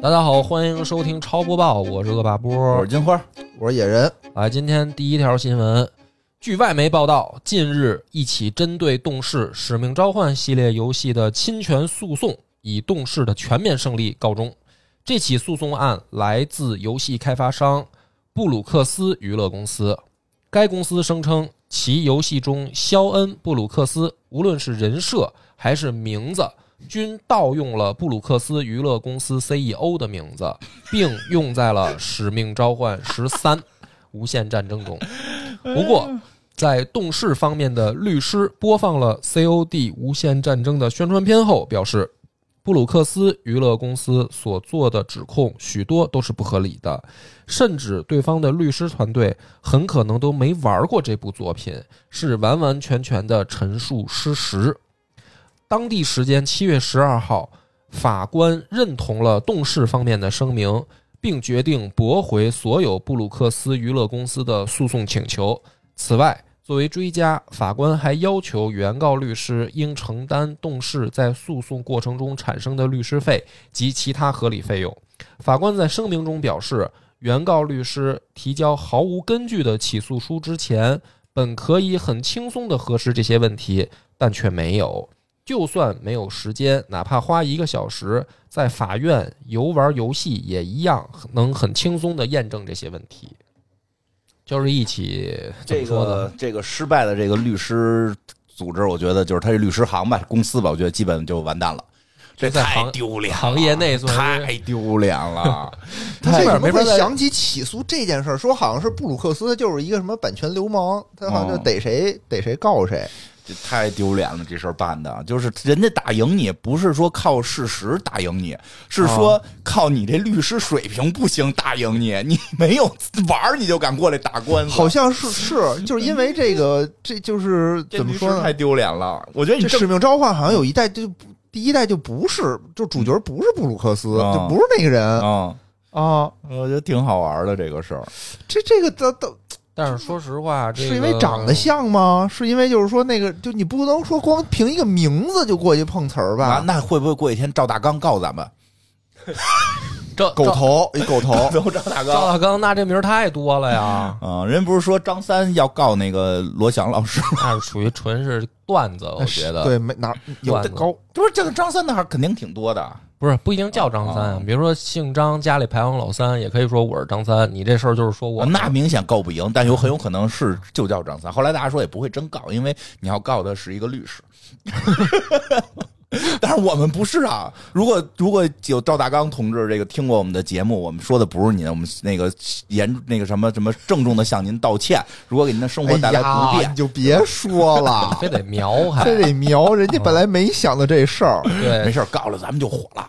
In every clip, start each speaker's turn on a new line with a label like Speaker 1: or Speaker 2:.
Speaker 1: 大家好，欢迎收听超播报，我是恶霸
Speaker 2: 我
Speaker 1: 波
Speaker 2: 是。金花，我是野人。
Speaker 1: 啊，今天第一条新闻，据外媒报道，近日一起针对《动视使命召唤》系列游戏的侵权诉讼，以动视的全面胜利告终。这起诉讼案来自游戏开发商布鲁克斯娱乐公司，该公司声称其游戏中肖恩·布鲁克斯无论是人设还是名字。均盗用了布鲁克斯娱乐公司 CEO 的名字，并用在了《使命召唤十三》无限战争中。不过，在动视方面的律师播放了 COD 无限战争的宣传片后，表示布鲁克斯娱乐公司所做的指控许多都是不合理的，甚至对方的律师团队很可能都没玩过这部作品，是完完全全的陈述失实。当地时间七月十二号，法官认同了动视方面的声明，并决定驳回所有布鲁克斯娱乐公司的诉讼请求。此外，作为追加，法官还要求原告律师应承担动视在诉讼过程中产生的律师费及其他合理费用。法官在声明中表示，原告律师提交毫无根据的起诉书之前，本可以很轻松地核实这些问题，但却没有。就算没有时间，哪怕花一个小时在法院游玩游戏，也一样能很轻松地验证这些问题。就是一起怎么
Speaker 2: 这
Speaker 1: 说呢？
Speaker 2: 个这个失败的这个律师组织，我觉得就是他这律师行吧，公司吧，我觉得基本就完蛋了。这
Speaker 1: 就在
Speaker 2: 太
Speaker 1: 行
Speaker 2: 丢脸了，
Speaker 1: 行业内算是
Speaker 2: 太丢脸了。
Speaker 3: 哎他这
Speaker 1: 基本
Speaker 3: 怎
Speaker 1: 上
Speaker 3: 么
Speaker 1: 没法
Speaker 3: 会
Speaker 1: 再
Speaker 3: 想起起诉这件事儿？说好像是布鲁克斯就是一个什么版权流氓，他好像就
Speaker 2: 哦
Speaker 3: 逮谁、逮谁告谁。
Speaker 2: 这太丢脸了，这事儿办的，就是人家打赢你，不是说靠事实打赢你，是
Speaker 1: 啊
Speaker 2: 说靠你这律师水平不行打赢你，你没有玩儿你就敢过来打官司，
Speaker 3: 好像是是，就是因为 这个，这就是
Speaker 2: 这
Speaker 3: 怎么
Speaker 2: 律师
Speaker 3: 说呢
Speaker 2: 太？丢脸了，我觉得你
Speaker 3: 这
Speaker 2: 正
Speaker 3: 使命召唤好像有一代就不第一代就不是，就主角不是布鲁克
Speaker 1: 嗯
Speaker 3: 斯，
Speaker 1: 哦
Speaker 2: 啊
Speaker 3: 就不是那个人啊。
Speaker 2: 啊、我觉得挺好玩的这个事儿。
Speaker 3: 这这个到到
Speaker 1: 但是说实话，这个
Speaker 3: 是因为长得像吗？是因为就是说那个，就你不能说光凭一个名字就过去碰瓷儿吧？
Speaker 2: 那那会不会过几天赵大刚告咱们？
Speaker 1: 这
Speaker 3: 狗
Speaker 1: 赵
Speaker 3: 头，一狗头，
Speaker 2: 都赵大
Speaker 1: 赵
Speaker 2: 刚。，
Speaker 1: 大刚，那这名儿太多了呀
Speaker 2: 嗯，人不是说张三要告那个罗翔老师吗？
Speaker 1: 那是属于纯是段子，我觉得。
Speaker 3: 哎对，没哪有
Speaker 1: 段
Speaker 3: 的
Speaker 1: 子
Speaker 3: 高，
Speaker 2: 不是这个张三那还肯定挺多的。
Speaker 1: 不是不一定叫张三，
Speaker 2: 啊
Speaker 1: 比如说姓张，家里排行老三，也可以说我是张三。你这事儿就是说我
Speaker 2: 那明显告不赢，但有很有可能是就叫张三。后来大家说也不会真告，因为你要告的是一个律师。 但是我们不是啊！如果如果有赵大刚同志这个听过我们的节目，我们说的不是您，我们那个严那个什么什么郑重的向您道歉。如果给您的生活带来不
Speaker 3: 哎呀，
Speaker 2: 便
Speaker 3: 你，就别说了，
Speaker 1: 非得瞄 还
Speaker 3: 非得瞄，人家本
Speaker 2: 啊
Speaker 3: 来没想到这事儿，
Speaker 2: 没
Speaker 1: 对
Speaker 2: 事儿告了咱们就火了。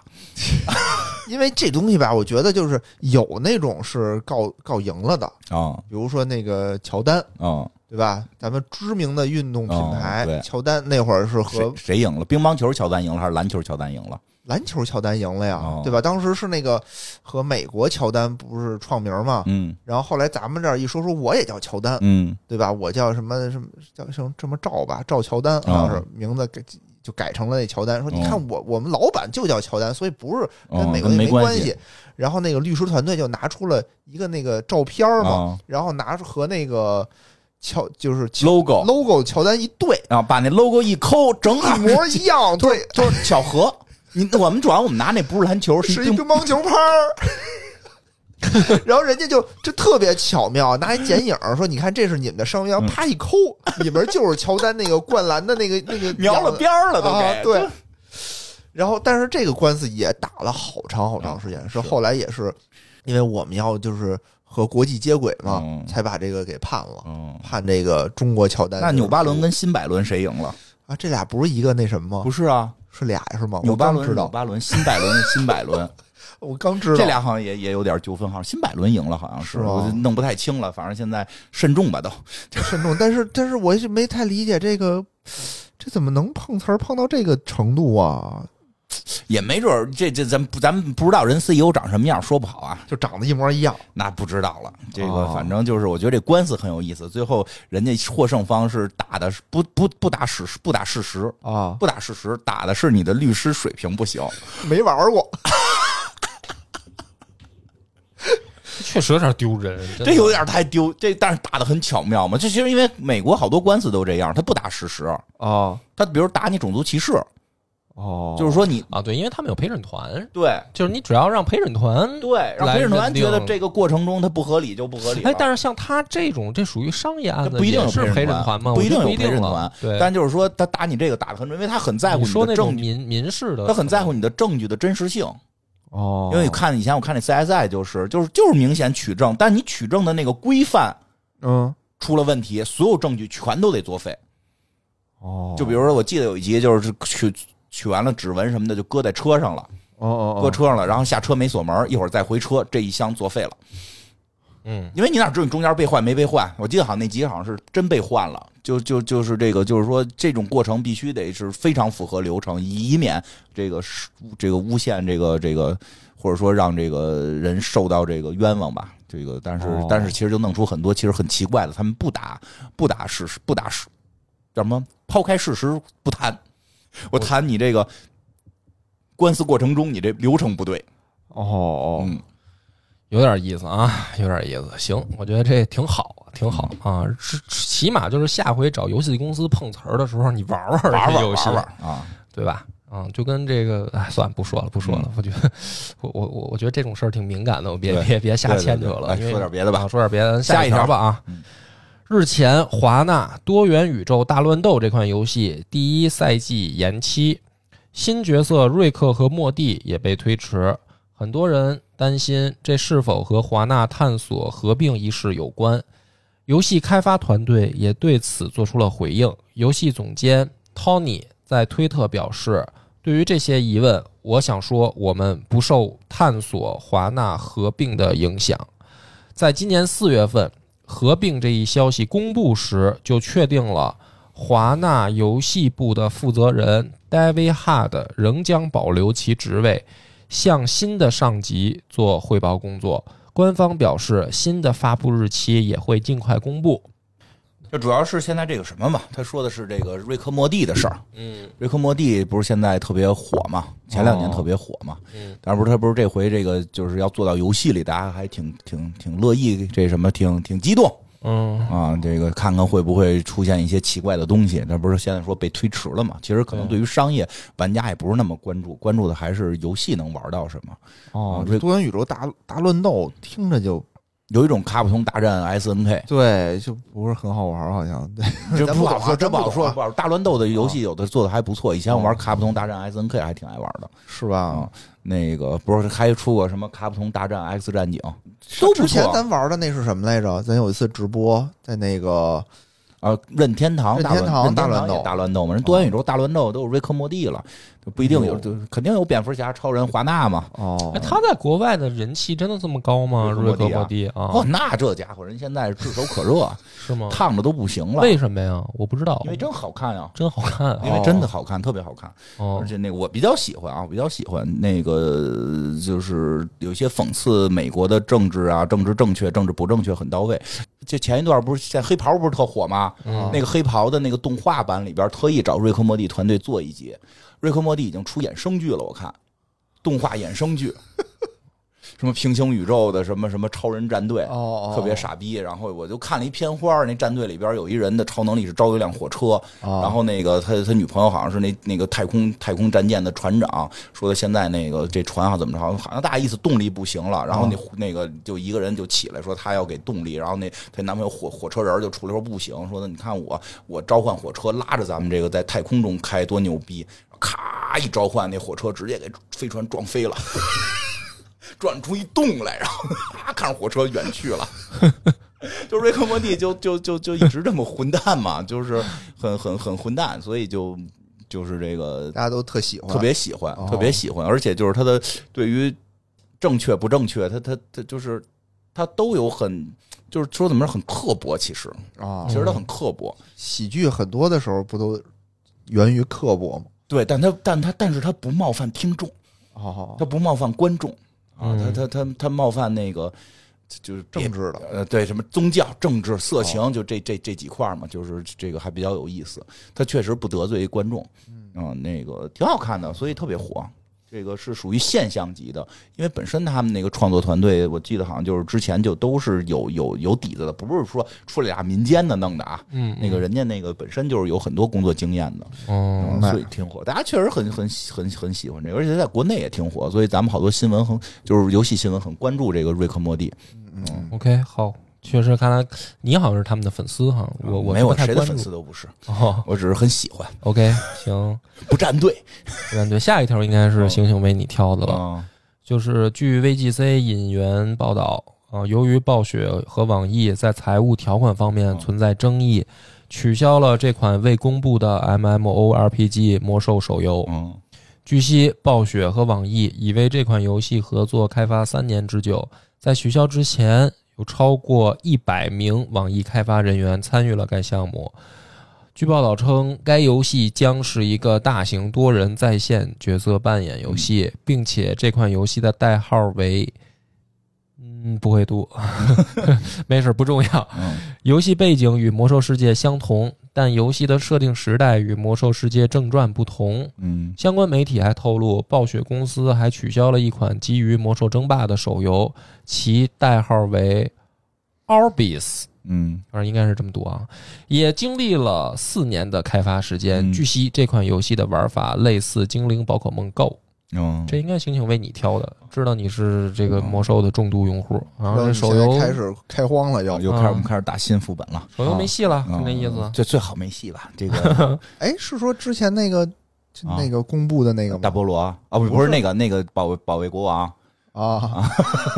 Speaker 3: 因为这东西吧，我觉得就是有那种是告告赢了的，
Speaker 2: 啊
Speaker 3: 比如说那个乔丹，
Speaker 2: 啊！
Speaker 3: 对吧？咱们知名的运动品牌、
Speaker 2: 哦对
Speaker 3: 乔丹那会儿是
Speaker 2: 谁
Speaker 3: 和
Speaker 2: 谁赢了？乒乓球乔丹赢了还是篮球乔丹赢了？
Speaker 3: 篮球乔丹赢了呀，
Speaker 2: 哦
Speaker 3: 对吧？当时是那个和美国乔丹不是创名嘛，
Speaker 2: 嗯
Speaker 3: 然后后来咱们这儿一说说我也叫乔丹，
Speaker 2: 嗯
Speaker 3: 对吧？我叫什么什么叫什么这么赵吧，赵乔丹，好像是名字给就改成了那乔丹。说你看
Speaker 2: 啊哦
Speaker 3: 我我们老板就叫乔丹，所以不是跟
Speaker 2: 哦
Speaker 3: 美国
Speaker 2: 跟
Speaker 3: 也
Speaker 2: 没
Speaker 3: 没
Speaker 2: 关系
Speaker 3: 系。然后那个律师团队就拿出了一个那个照片儿嘛，
Speaker 2: 啊
Speaker 3: 然后拿出和那个乔就是乔
Speaker 2: ，logo
Speaker 3: logo 乔丹一对，
Speaker 2: 啊，把那 logo 一抠，整好
Speaker 3: 一模一样，对，
Speaker 2: 就是巧合。你我们主要我们拿那不是篮球，
Speaker 3: 是
Speaker 2: 一
Speaker 3: 一乒乓球拍儿。 然后人家就这特别巧妙，拿一剪影儿说：“你看，这是你们的商
Speaker 2: 嗯
Speaker 3: 标。”啪一抠，里面就是乔丹那个灌篮的那个那个
Speaker 2: 瞄了
Speaker 3: 样子
Speaker 2: 边儿了都
Speaker 3: 啊
Speaker 2: 给。，
Speaker 3: 对。然后，但是这个官司也打了好长好长时间，是
Speaker 2: 是
Speaker 3: 后来也是因为我们要就是和国际接轨嘛，
Speaker 2: 嗯
Speaker 3: 才把这个给判了，
Speaker 2: 嗯，
Speaker 3: 判这个中国乔丹。
Speaker 2: 那纽巴伦跟新百伦谁赢了？
Speaker 3: 啊，这俩不是一个那什么吗？
Speaker 2: 不是啊，
Speaker 3: 是俩是吗？
Speaker 2: 纽
Speaker 3: 我
Speaker 2: 巴
Speaker 3: 刚
Speaker 2: 伦是
Speaker 3: 知
Speaker 2: 纽
Speaker 3: 道，
Speaker 2: 巴伦，新百伦是新百伦，
Speaker 3: 我刚知道
Speaker 2: 这俩好像也也有点纠纷，好像新百伦赢了，好像
Speaker 3: 是啊
Speaker 2: 是，
Speaker 3: 吗
Speaker 2: 我就弄不太清了，反正现在慎重吧都。
Speaker 3: 慎重，但是但是我就没太理解这个，这怎么能碰瓷儿碰到这个程度啊？
Speaker 2: 也没准儿，这这咱不咱们不知道人 CEO 长什么样，说不好啊，
Speaker 3: 就长得一模一样，
Speaker 2: 那不知道了。这个
Speaker 3: 哦
Speaker 2: 反正就是，我觉得这官司很有意思。最后人家获胜方是打的是不不不打事实，不打事实，
Speaker 3: 啊，
Speaker 2: 不打事实，打的是你的律师水平不行。
Speaker 3: 没玩过。
Speaker 1: 确实有点丢人，真的
Speaker 2: 这有点太丢，这但是打的很巧妙嘛。这其实因为美国好多官司都这样，他不打事实，
Speaker 3: 哦
Speaker 2: 他比如打你种族歧视，
Speaker 3: 哦，
Speaker 2: 啊就是说你
Speaker 1: 啊，对，因为他们有陪审团，
Speaker 2: 对
Speaker 1: 就是你只要让陪审团
Speaker 2: 对，让
Speaker 1: 来
Speaker 2: 陪审团
Speaker 1: 认定
Speaker 2: 觉得这个过程中它不合理就不合理了。
Speaker 1: 哎，但是像他这种，这属于商业案
Speaker 2: 这
Speaker 1: 子，
Speaker 2: 不一定
Speaker 1: 也
Speaker 2: 有
Speaker 1: 是
Speaker 2: 陪
Speaker 1: 陪
Speaker 2: 审
Speaker 1: 团吗？
Speaker 2: 不
Speaker 1: 我觉得
Speaker 2: 定
Speaker 1: 不
Speaker 2: 有
Speaker 1: 一
Speaker 2: 陪
Speaker 1: 定
Speaker 2: 审
Speaker 1: 了
Speaker 2: 团。，
Speaker 1: 对，
Speaker 2: 但就是说他打你这个打的很准，因为他很在乎
Speaker 1: 你说
Speaker 2: 的
Speaker 1: 那种
Speaker 2: 证据，
Speaker 1: 民民事的，
Speaker 2: 他很在乎你的证据的真实性。
Speaker 3: 哦，
Speaker 2: 因为你看以前我看那 CSI 就是就是就是明显取证，但你取证的那个规范
Speaker 3: 嗯
Speaker 2: 出了问题，所有证据全都得作废。
Speaker 3: 哦，
Speaker 2: 就比如说，我记得有一集就是取取完了指纹什么的，就搁在车上了，
Speaker 3: 哦哦
Speaker 2: 搁车上了，然后下车没锁门，一会儿再回车，这一箱作废了。
Speaker 1: 嗯，
Speaker 2: 因为你哪知道你中间被换没被换？我记得好像那集好像是真被换了，就就就是这个，就是说这种过程必须得是非常符合流程，以免这个是这个诬陷这个这个，或者说让这个人受到这个冤枉吧。这个，但是、
Speaker 3: 哦
Speaker 2: 但是其实就弄出很多其实很奇怪的，他们不打不打事实不打事叫什么抛开事实不谈，我谈你这个官司过程中你这流程不对，
Speaker 3: 哦哦，
Speaker 2: 嗯，
Speaker 1: 有点意思啊，有点意思。行，我觉得这挺好，挺好啊。是起码就是下回找游戏公司碰瓷儿的时候，你玩玩
Speaker 2: 玩
Speaker 1: 玩
Speaker 2: 玩
Speaker 1: 游戏
Speaker 2: 玩玩，啊，
Speaker 1: 对吧？嗯，就跟这个，哎，算了，不说了，不说了。我觉得，我我我我觉得这种事儿挺敏感的，我别
Speaker 2: 嗯对
Speaker 1: 别别瞎
Speaker 2: 对对
Speaker 1: 牵扯
Speaker 2: 对
Speaker 1: 了。
Speaker 2: 来
Speaker 1: 因为
Speaker 2: 说点别的吧
Speaker 1: 啊说点别的，下
Speaker 2: 下一条
Speaker 1: 吧啊
Speaker 2: 嗯。
Speaker 1: 日前，华纳《多元宇宙大乱斗》这款游戏第一赛季延期，新角色瑞克和莫蒂也被推迟。很多人担心这是否和华纳探索合并一事有关。游戏开发团队也对此做出了回应。游戏总监 Tony 在推特表示：“对于这些疑问，我想说，我们不受探索华纳合并的影响。在今年四月份，合并这一消息公布时，就确定了华纳游戏部的负责人 David Hard 仍将保留其职位，向新的上级做汇报工作。官方表示，新的发布日期也会尽快公布。
Speaker 2: 这主要是现在这个什么嘛？他说的是这个瑞克莫蒂的事儿。
Speaker 1: 嗯
Speaker 2: 瑞克莫蒂不是现在特别火嘛？前两年特别火嘛？
Speaker 1: 嗯，
Speaker 2: 但是不是他不是这回这个就是要做到游戏里，大家还挺挺挺乐意，这什么挺挺激动
Speaker 1: 嗯，
Speaker 2: 啊！这个看看会不会出现一些奇怪的东西？那不是现在说被推迟了嘛？其实可能对于商业玩家也不是那么关注，关注的还是游戏能玩到什么。
Speaker 3: 哦
Speaker 2: 啊，
Speaker 3: 这
Speaker 2: 瑞
Speaker 3: 多元宇宙大大乱斗听着就
Speaker 2: 有一种卡普通大战 S N K，
Speaker 3: 对，就不是很好玩儿，好像对，
Speaker 2: 这
Speaker 3: 咱不
Speaker 2: 好
Speaker 3: 懂啊
Speaker 2: 说，真不好
Speaker 3: 咱不懂
Speaker 2: 说哦
Speaker 3: 啊。
Speaker 2: 不好说大乱斗的游戏有的做的还不错，以前我玩卡普通大战 S N K 还挺爱玩的。
Speaker 3: 是吧
Speaker 2: 啊？那个不是还出过什么《卡普通大战 X 战警》
Speaker 3: 都
Speaker 2: 不错
Speaker 3: 之前咱玩的那是什么来着？咱有一次直播在那个
Speaker 2: 啊，任天堂
Speaker 3: 任
Speaker 2: 大乱、
Speaker 3: 天堂
Speaker 2: 任天
Speaker 3: 大乱
Speaker 2: 也
Speaker 3: 斗哦
Speaker 2: 大乱斗嘛，人多元宇宙大乱斗都有瑞克莫蒂了，就不一定有，
Speaker 3: 嗯
Speaker 2: 就肯定有蝙蝠侠、超人、华纳嘛。
Speaker 3: 哦
Speaker 1: 哎，，他在国外的人气真的这么高吗？
Speaker 2: 瑞
Speaker 1: 瑞
Speaker 2: 克
Speaker 1: 克
Speaker 2: 莫
Speaker 1: 莫蒂啊，
Speaker 2: 哦，那这家伙人现在炙手可
Speaker 3: 哦
Speaker 2: 热，
Speaker 1: 是吗？
Speaker 2: 烫的都不行了，
Speaker 1: 为什么呀？我不知道，
Speaker 2: 因为真好看呀、
Speaker 1: 真好看
Speaker 3: 哦
Speaker 1: 啊，
Speaker 2: 因为真的好看，特别好看，
Speaker 1: 哦
Speaker 2: 而且那个我比较喜欢啊，我比较喜欢那个就是有一些讽刺美国的政治啊、政治正确、政治不正确很到位。就前一段不是现在黑袍不是特火吗？
Speaker 1: 嗯
Speaker 2: 那个黑袍的那个动画版里边，特意找瑞克莫蒂团队做一集。瑞克莫蒂已经出衍生剧了，我看动画衍生剧，什么平行宇宙的，什么什么超人战队，
Speaker 3: 哦
Speaker 2: 特别，傻逼。然后我就看了一片花儿，那战队里边有一人的超能力是招一辆火车，然
Speaker 3: 然
Speaker 2: 后那个他他女朋友好像是那那个太空太空战舰的船长，说的现在那个这船啊怎么着，好像大意思动力不行了，然后那、那个就一个人就起来说他要给动力，然后那她男朋友火火车人就出来说不行，说的你看我我召唤火车拉着咱们这个在太空中开多牛逼，咔一召唤那火车直接给飞船撞飞了。 转出一洞来，然后 啊，看着火车远去了。就瑞克莫蒂就就就就一直这么混蛋嘛，就是很很很混蛋，所以就就是这个
Speaker 3: 大家都特喜欢，
Speaker 2: 特别喜欢
Speaker 3: 哦，
Speaker 2: 特别喜欢，而且就是他的对于正确不正确，他他他就是他都有很就是说怎么说很刻薄，其实
Speaker 3: 啊
Speaker 2: 其，实他很刻薄，
Speaker 3: 喜剧很多的时候不都源于刻薄吗？
Speaker 2: 对，但他但他但是他不冒犯听众，
Speaker 3: 哦
Speaker 2: 他，不冒犯观众啊，他
Speaker 1: 嗯
Speaker 2: 他他他冒犯那个就是别
Speaker 3: 政治的
Speaker 2: 呃，对，什么宗教、政治、
Speaker 1: 哦
Speaker 2: 色情，就这这这几块儿嘛，就是这个还比较嗯有意思。他确实不得罪观众，嗯，那个挺好看的，所以特别火。这个是属于现象级的，因为本身他们那个创作团队，我记得好像就是之前就都是有有有底子的，不是说出来俩民间的弄的啊。
Speaker 1: 嗯，
Speaker 2: 那个人家那个本身就是有很多工作经验的，
Speaker 1: 哦，
Speaker 2: 嗯，所以挺火，大家确实很很很很喜欢这个，而且在国内也挺火，所以咱们好多新闻很就是游戏新闻很关注这个瑞克莫蒂。
Speaker 1: OK，好，确实，看来你好像是他们的粉丝哈，我我
Speaker 2: 没
Speaker 1: 是
Speaker 2: 有
Speaker 1: 不太
Speaker 2: 谁的
Speaker 1: 关
Speaker 2: 粉
Speaker 1: 注
Speaker 2: 丝都不是，
Speaker 1: 哦。
Speaker 2: 我只是很喜欢，
Speaker 1: OK，行，
Speaker 2: 不站队
Speaker 1: 嗯，对，下一条应该是醒醒为你挑的了，
Speaker 2: 啊。
Speaker 1: 就是据 VGC 引援报道啊，由于暴雪和网易在财务条款方面
Speaker 2: 嗯
Speaker 1: 存在争议，取消了这款未公布的 MMORPG 魔兽手游。
Speaker 2: 嗯
Speaker 1: 据悉，暴雪和网易已为这款游戏合作开发三年之久，在取消之前，有超过一百名网易开发人员参与了该项目。据报道称，该游戏将是一个大型多人在线角色扮演游戏，并且这款游戏的代号为……嗯，不会读， 没事，不重要。
Speaker 2: 嗯
Speaker 1: 游戏背景与《魔兽世界》相同，但游戏的设定时代与《魔兽世界正传》不同。
Speaker 2: 嗯
Speaker 1: 相关媒体还透露，暴雪公司还取消了一款基于《魔兽争霸》的手游，其代号为 Orbis，
Speaker 2: 嗯
Speaker 1: 反正应该是这么读啊。也经历了四年的开发时间。
Speaker 2: 嗯
Speaker 1: 据悉，这款游戏的玩法类似《精灵宝可梦 Go》，
Speaker 2: 嗯，
Speaker 1: 这应该醒醒为你挑的，知道你是这个魔兽的重度用户。然后
Speaker 3: 然后
Speaker 1: 这
Speaker 3: 嗯你
Speaker 1: 手
Speaker 3: 现在
Speaker 1: 游
Speaker 3: 开始开荒了又
Speaker 2: 哦又开始
Speaker 1: 啊
Speaker 2: 我们开始打新副本了，
Speaker 1: 手游没戏了，
Speaker 2: 啊
Speaker 1: 就那意思。
Speaker 2: 最最好没戏吧？这 个
Speaker 3: 哎，是说之前那个就
Speaker 2: 啊
Speaker 3: 那个公布的那个
Speaker 2: 大
Speaker 3: 吗？
Speaker 2: 菠萝啊，不不
Speaker 3: 不
Speaker 2: 是
Speaker 3: 是
Speaker 2: 那个那个保卫保卫国王，
Speaker 3: 啊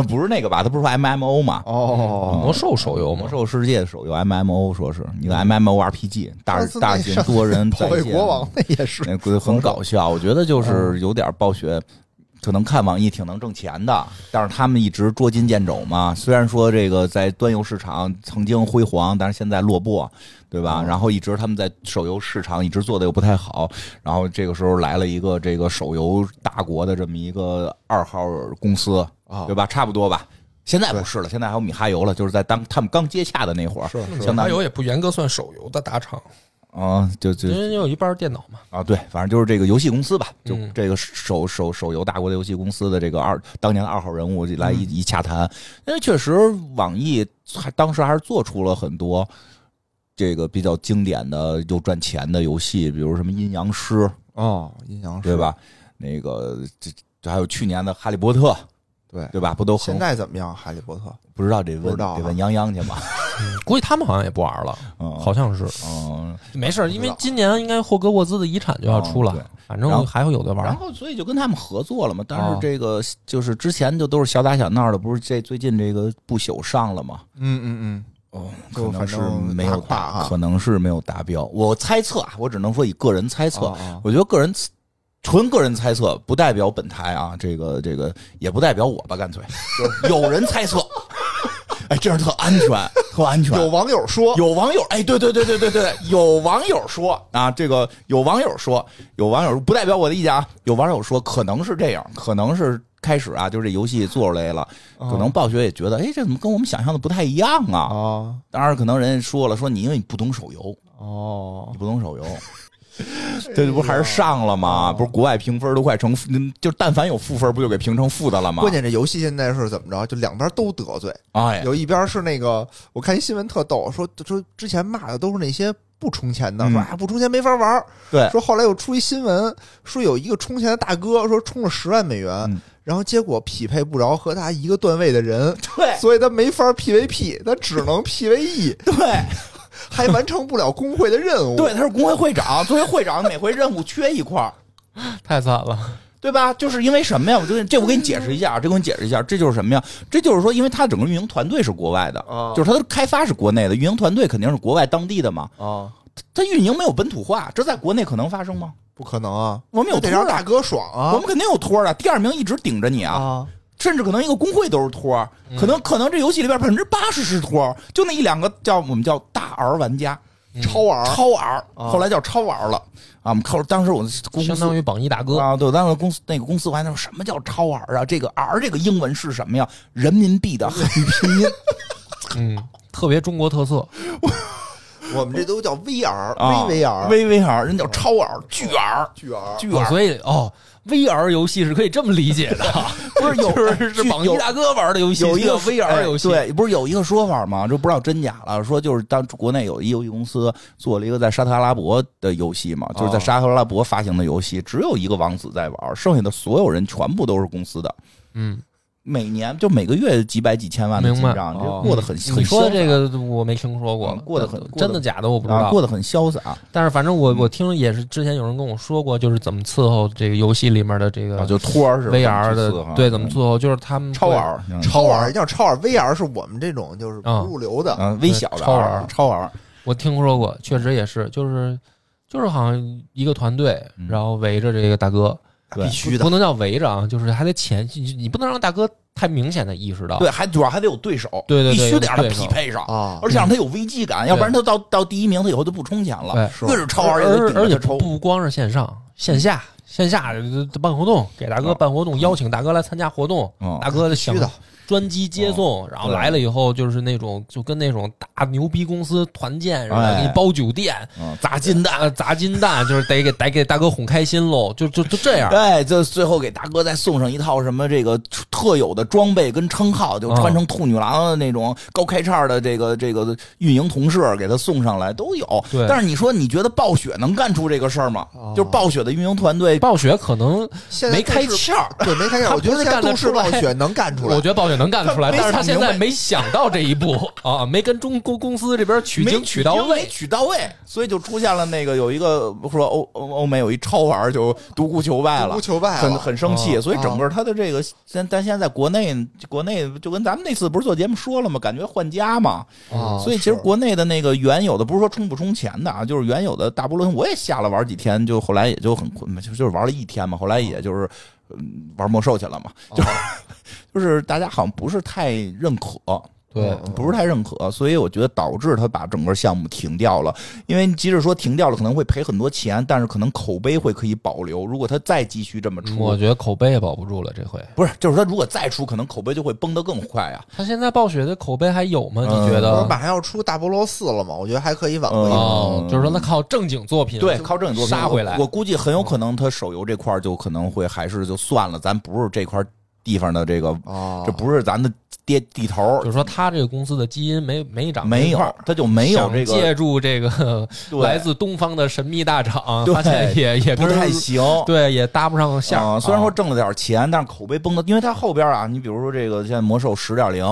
Speaker 2: 不是那个吧？他不是说 MMO 吗？
Speaker 3: 哦，
Speaker 1: 魔兽手游嘛嗯
Speaker 2: 魔兽世界手游 MMO 说是一个 MMORPG 大
Speaker 3: 上次那
Speaker 2: 大型多人
Speaker 3: 保
Speaker 2: 在
Speaker 3: 卫
Speaker 2: 线
Speaker 3: 国王那也是嗯
Speaker 2: 那个很搞笑，我觉得就是有点暴雪，可能看网易挺能挣钱的，但是他们一直捉襟见肘嘛。虽然说这个在端游市场曾经辉煌，但是现在落魄，对
Speaker 3: 嗯
Speaker 2: 吧？然后一直他们在手游市场一直做的又不太好，然后这个时候来了一个这个手游大国的这么一个二号公司，
Speaker 3: 啊
Speaker 2: 对吧？差不多吧。现在不是了，现在还有米哈游了，就是在当他们刚接洽的那会儿，
Speaker 3: 是
Speaker 2: 相当于
Speaker 1: 也不严格算手游的打场，
Speaker 2: 啊、就就
Speaker 1: 因为有一半是电脑嘛。
Speaker 2: 啊，对，反正就是这个游戏公司吧，就
Speaker 1: 嗯
Speaker 2: 这个手手手游大国的游戏公司的这个二当年的二号人物来
Speaker 1: 嗯
Speaker 2: 一一洽谈，因为确实网易还当时还是做出了很多这个比较经典的又赚钱的游戏，比如什么阴阳师，
Speaker 3: 哦，阴阳师
Speaker 2: 对？吧？那个这这还有去年的哈利波特，
Speaker 3: 对
Speaker 2: 对吧？不都很
Speaker 3: 现在怎么样？哈利波特
Speaker 2: 不知道这问
Speaker 3: 不知道啊
Speaker 2: 得问泱泱去 吧？
Speaker 1: 估计他们好像也不玩了，
Speaker 2: 嗯，
Speaker 1: 好像是。
Speaker 2: 嗯，
Speaker 1: 没事儿，因为今年应该霍格沃兹的遗产就要出了，
Speaker 2: 哦对
Speaker 1: 反
Speaker 2: 然后
Speaker 1: 正还会有的玩
Speaker 2: 然
Speaker 1: 儿。
Speaker 2: 后所以就跟他们合作了嘛。但是
Speaker 1: 哦
Speaker 2: 这个就是之前就都是小打小闹的，不是这最近这个不朽上了嘛？
Speaker 3: 嗯嗯嗯，
Speaker 2: 哦，可
Speaker 3: 就
Speaker 2: 能
Speaker 3: 反
Speaker 2: 是
Speaker 3: 正
Speaker 2: 没有
Speaker 3: 大跨
Speaker 2: 达
Speaker 3: 啊
Speaker 2: 可能是没有达标。我猜测啊，我只能说以个人猜测，
Speaker 3: 啊
Speaker 2: 我觉得个人。纯个人猜测，不代表本台啊，这个这个也不代表我吧，干脆就是有人猜测，哎，这样特安全，特安全。
Speaker 3: 有网友说
Speaker 2: 有网友哎，对对对对对对，有网友说啊，这个有网友说，有网友不代表我的意见啊，有网友说可能是这样，可能是开始啊，就是这游戏做出来了，
Speaker 3: 哦
Speaker 2: 可能暴雪也觉得，哎，这怎么跟我们想象的不太一样啊？
Speaker 3: 啊
Speaker 2: 当然，可能人家说了，说你因为你不懂手游，
Speaker 3: 哦
Speaker 2: 你，不懂手 游。这不
Speaker 3: 哎
Speaker 2: 还是上了
Speaker 3: 哦
Speaker 2: 吗？不是国外评分都快成，就但凡有负分，不就给评成负的了吗？
Speaker 3: 关键这游戏现在是怎么着？就两边都得罪，
Speaker 2: 哎，
Speaker 3: 有一边是那个，我看一新闻特逗，说说之前骂的都是那些不充钱的，
Speaker 2: 嗯哎
Speaker 3: 说啊不充钱没法玩儿。
Speaker 2: 对
Speaker 3: 说后来又出一新闻，说有一个充钱的大哥说充了十万美元，
Speaker 2: 嗯
Speaker 3: 然后结果匹配不着和他一个段位的人，
Speaker 2: 对
Speaker 3: 所以他没法 PVP，他只能 E PVE，
Speaker 2: 对，
Speaker 3: 还完成不了工会的任务。
Speaker 2: 对，他是工会会长，作为会长，每回任务缺一块儿，
Speaker 1: 太惨了，
Speaker 2: 对吧？就是因为什么呀？我就这我给你解释一下啊，这我给你解释一下，这就是什么呀？这就是说，因为它整个运营团队是国外的，
Speaker 3: 啊
Speaker 2: 就是它的开发是国内的，运营团队肯定是国外当地的嘛。
Speaker 3: 啊，
Speaker 2: 它运营没有本土化，这在国内可能发生吗？
Speaker 3: 不可能啊，
Speaker 2: 我们有
Speaker 3: 那得
Speaker 2: 托
Speaker 3: 让
Speaker 2: 儿
Speaker 3: 大
Speaker 2: 啊，
Speaker 3: 哥爽
Speaker 2: 我
Speaker 3: 啊
Speaker 2: 们肯定有托儿啊。第二名一直顶着你啊，
Speaker 3: 啊！
Speaker 2: 甚至可能一个工会都是托儿，
Speaker 1: 嗯
Speaker 2: 可能可能这游戏里边百分之八十是托儿，就那一两个叫我们叫大 R 玩家，
Speaker 1: 嗯
Speaker 3: 超玩儿
Speaker 2: 超 R，后来叫超 R 了啊。我们靠，当时我们公
Speaker 1: 啊相
Speaker 2: 司
Speaker 1: 当于榜一大哥。
Speaker 2: 啊，对，当时公司那个公司我还在说什么叫超 R 啊？这个 R 这个英文是什么呀？人民币的汉语拼音。
Speaker 1: 嗯，特别中国特色。
Speaker 3: 我们这都叫 VR、
Speaker 2: 啊
Speaker 3: VVR、
Speaker 2: 微微 R，人叫超 R、巨 R、
Speaker 3: 巨 R。
Speaker 2: 巨
Speaker 1: 哦
Speaker 2: R，
Speaker 1: 所以哦，VR 游戏是可以这么理解的，
Speaker 2: 不是 有哎
Speaker 1: 就是是
Speaker 2: 巨
Speaker 1: 榜一大哥玩的游戏，
Speaker 2: 有一
Speaker 1: 叫
Speaker 2: 个
Speaker 1: VR 游戏，
Speaker 2: 哎对，不是有一个说法吗？这不知道真假了，说就是当国内有一游戏公司做了一个在沙特阿拉伯的游戏嘛，就是在
Speaker 1: 哦
Speaker 2: 沙特阿拉伯发行的游戏，只有一个王子在玩，剩下的所有人全部都是公司的，
Speaker 1: 嗯，
Speaker 2: 每年就每个月几百几千万的
Speaker 1: 明
Speaker 2: 进
Speaker 1: 白
Speaker 2: 账，
Speaker 1: 哦
Speaker 2: 这过得很
Speaker 1: 你
Speaker 2: 很
Speaker 1: 说的这
Speaker 2: 潇
Speaker 1: 个我没听说过
Speaker 2: 嗯，过得很过得
Speaker 1: 真的假的我不知
Speaker 2: 洒啊，
Speaker 1: 道。
Speaker 2: 过得很潇洒，
Speaker 1: 但是反正我我听也是之前有人跟我说过，就是怎么伺候这个游戏里面的这
Speaker 2: 啊
Speaker 1: 个
Speaker 2: 就托儿是吧
Speaker 1: VR 的
Speaker 2: 公司哈，
Speaker 1: 对怎么伺候，就是他们
Speaker 2: 啊嗯超
Speaker 1: 会
Speaker 2: R，嗯
Speaker 3: 超 R 叫超 R，VR 是我们这种就是不入流的，
Speaker 2: 嗯，微小的
Speaker 1: 超
Speaker 2: R，
Speaker 1: R
Speaker 2: 超 R，
Speaker 1: 我听说过，确实也是，就是就是好像一个团队，
Speaker 2: 嗯
Speaker 1: 然后围着这个大哥，
Speaker 2: 对
Speaker 3: 必须
Speaker 1: 不
Speaker 3: 的。
Speaker 1: 能叫围着啊，就是还得前，你你不能让大哥太明显的意识到，
Speaker 2: 对，还主要还得有对手，
Speaker 1: 对对对
Speaker 2: 必须得让他
Speaker 1: 有对手
Speaker 2: 匹配上
Speaker 3: 啊
Speaker 2: 而且让他有危机感，要不然他到到第一名，他以后就不充钱了
Speaker 1: 嗯对。
Speaker 2: 越是超玩，越得
Speaker 1: 而
Speaker 2: 顶
Speaker 1: 而
Speaker 2: 着
Speaker 1: 且
Speaker 2: 抽。
Speaker 1: 不光是线上，线下线下办活动，给大哥办活动，邀请大哥来参加活动
Speaker 2: 嗯，
Speaker 1: 大哥想
Speaker 3: 必须的
Speaker 1: 专机接送，然后来了以后就是那种就跟那种大牛逼公司团建似的，
Speaker 2: 哎
Speaker 1: 给你包酒店。
Speaker 2: 嗯
Speaker 1: 砸金蛋，砸金蛋就是得给得给大哥哄开心喽，就就就这样。
Speaker 2: 对，就最后给大哥再送上一套什么这个特有的装备跟称号，就
Speaker 1: 嗯
Speaker 2: 穿成兔女郎的那种高开叉的这个这个运营同事给他送上来都有。
Speaker 1: 对
Speaker 2: 但是你说你觉得暴雪能干出这个事儿吗
Speaker 3: 哦？
Speaker 2: 就是暴雪的运营团队
Speaker 1: 暴雪可能
Speaker 3: 现在
Speaker 1: 没开
Speaker 3: 动视
Speaker 1: 窍，
Speaker 3: 对，没看见，
Speaker 1: 他
Speaker 3: 我觉得
Speaker 1: 不是
Speaker 3: 现在
Speaker 1: 干得
Speaker 3: 动视
Speaker 1: 出来
Speaker 3: 暴雪能干出来，
Speaker 1: 我觉得暴雪能干得出来，
Speaker 2: 他没
Speaker 1: 但是他
Speaker 2: 想
Speaker 1: 现
Speaker 2: 明
Speaker 1: 在
Speaker 2: 白
Speaker 1: 没想到这一步 啊，没跟中公公司这边取
Speaker 2: 没
Speaker 1: 经取到
Speaker 2: 经没
Speaker 1: 位。
Speaker 2: 取到位，所以就出现了那个有一个说欧欧欧美有一超玩儿就独孤求败了，
Speaker 3: 独孤求败了啊嗯
Speaker 2: 很很生气，
Speaker 1: 哦
Speaker 2: 所以整个他的这个现但现在国内国内就跟咱们那次不是做节目说了吗？感觉换家嘛，
Speaker 3: 啊
Speaker 1: 哦
Speaker 2: 嗯所以其实
Speaker 3: 是
Speaker 2: 国内的那个原有的不是说充不充钱的啊，就是原有的大波轮我也下了玩几天，就后来也就很困，就就是玩了一天嘛，后来也就是。嗯玩魔兽去了嘛，
Speaker 1: 哦
Speaker 2: 就是、 就是大家好像不是太认可，嗯
Speaker 1: 对，嗯
Speaker 2: 不是太认可，所以我觉得导致他把整个项目停掉了。因为即使说停掉了，可能会赔很多钱，但是可能口碑会可以保留。如果他再继续这么
Speaker 1: 嗯我
Speaker 2: 出，
Speaker 1: 觉得口碑也保不住了，这回。
Speaker 2: 不是，就是他如果再出，可能口碑就会崩得更快啊。
Speaker 1: 他现在暴雪的口碑还有吗？
Speaker 2: 嗯
Speaker 1: 你觉
Speaker 3: 不是
Speaker 1: 得？
Speaker 3: 马上要出大菠萝四了嘛，我觉得还可以挽回
Speaker 2: 嗯
Speaker 3: 一下。
Speaker 1: 哦，就是说他靠正经作品
Speaker 2: 对，靠这很多
Speaker 1: 杀回来
Speaker 2: 我估计很有可能他手游这块儿就可能会还是就算了，咱不是这块地方的这个，
Speaker 3: 哦
Speaker 2: 嗯这不是咱的爹地头儿
Speaker 1: 就，是说他这个公司的基因没没长
Speaker 2: 没有，他就没有
Speaker 1: 想
Speaker 2: 这个
Speaker 1: 借助这个
Speaker 2: 对
Speaker 1: 来自东方的神秘大厂，
Speaker 2: 对
Speaker 1: 发现也也
Speaker 2: 不
Speaker 1: 跟
Speaker 2: 太行。
Speaker 1: 对，也搭不上线儿。
Speaker 2: 啊，虽然说挣了点钱，但是口碑崩的，因为它后边啊，你比如说这个现在魔兽十点零，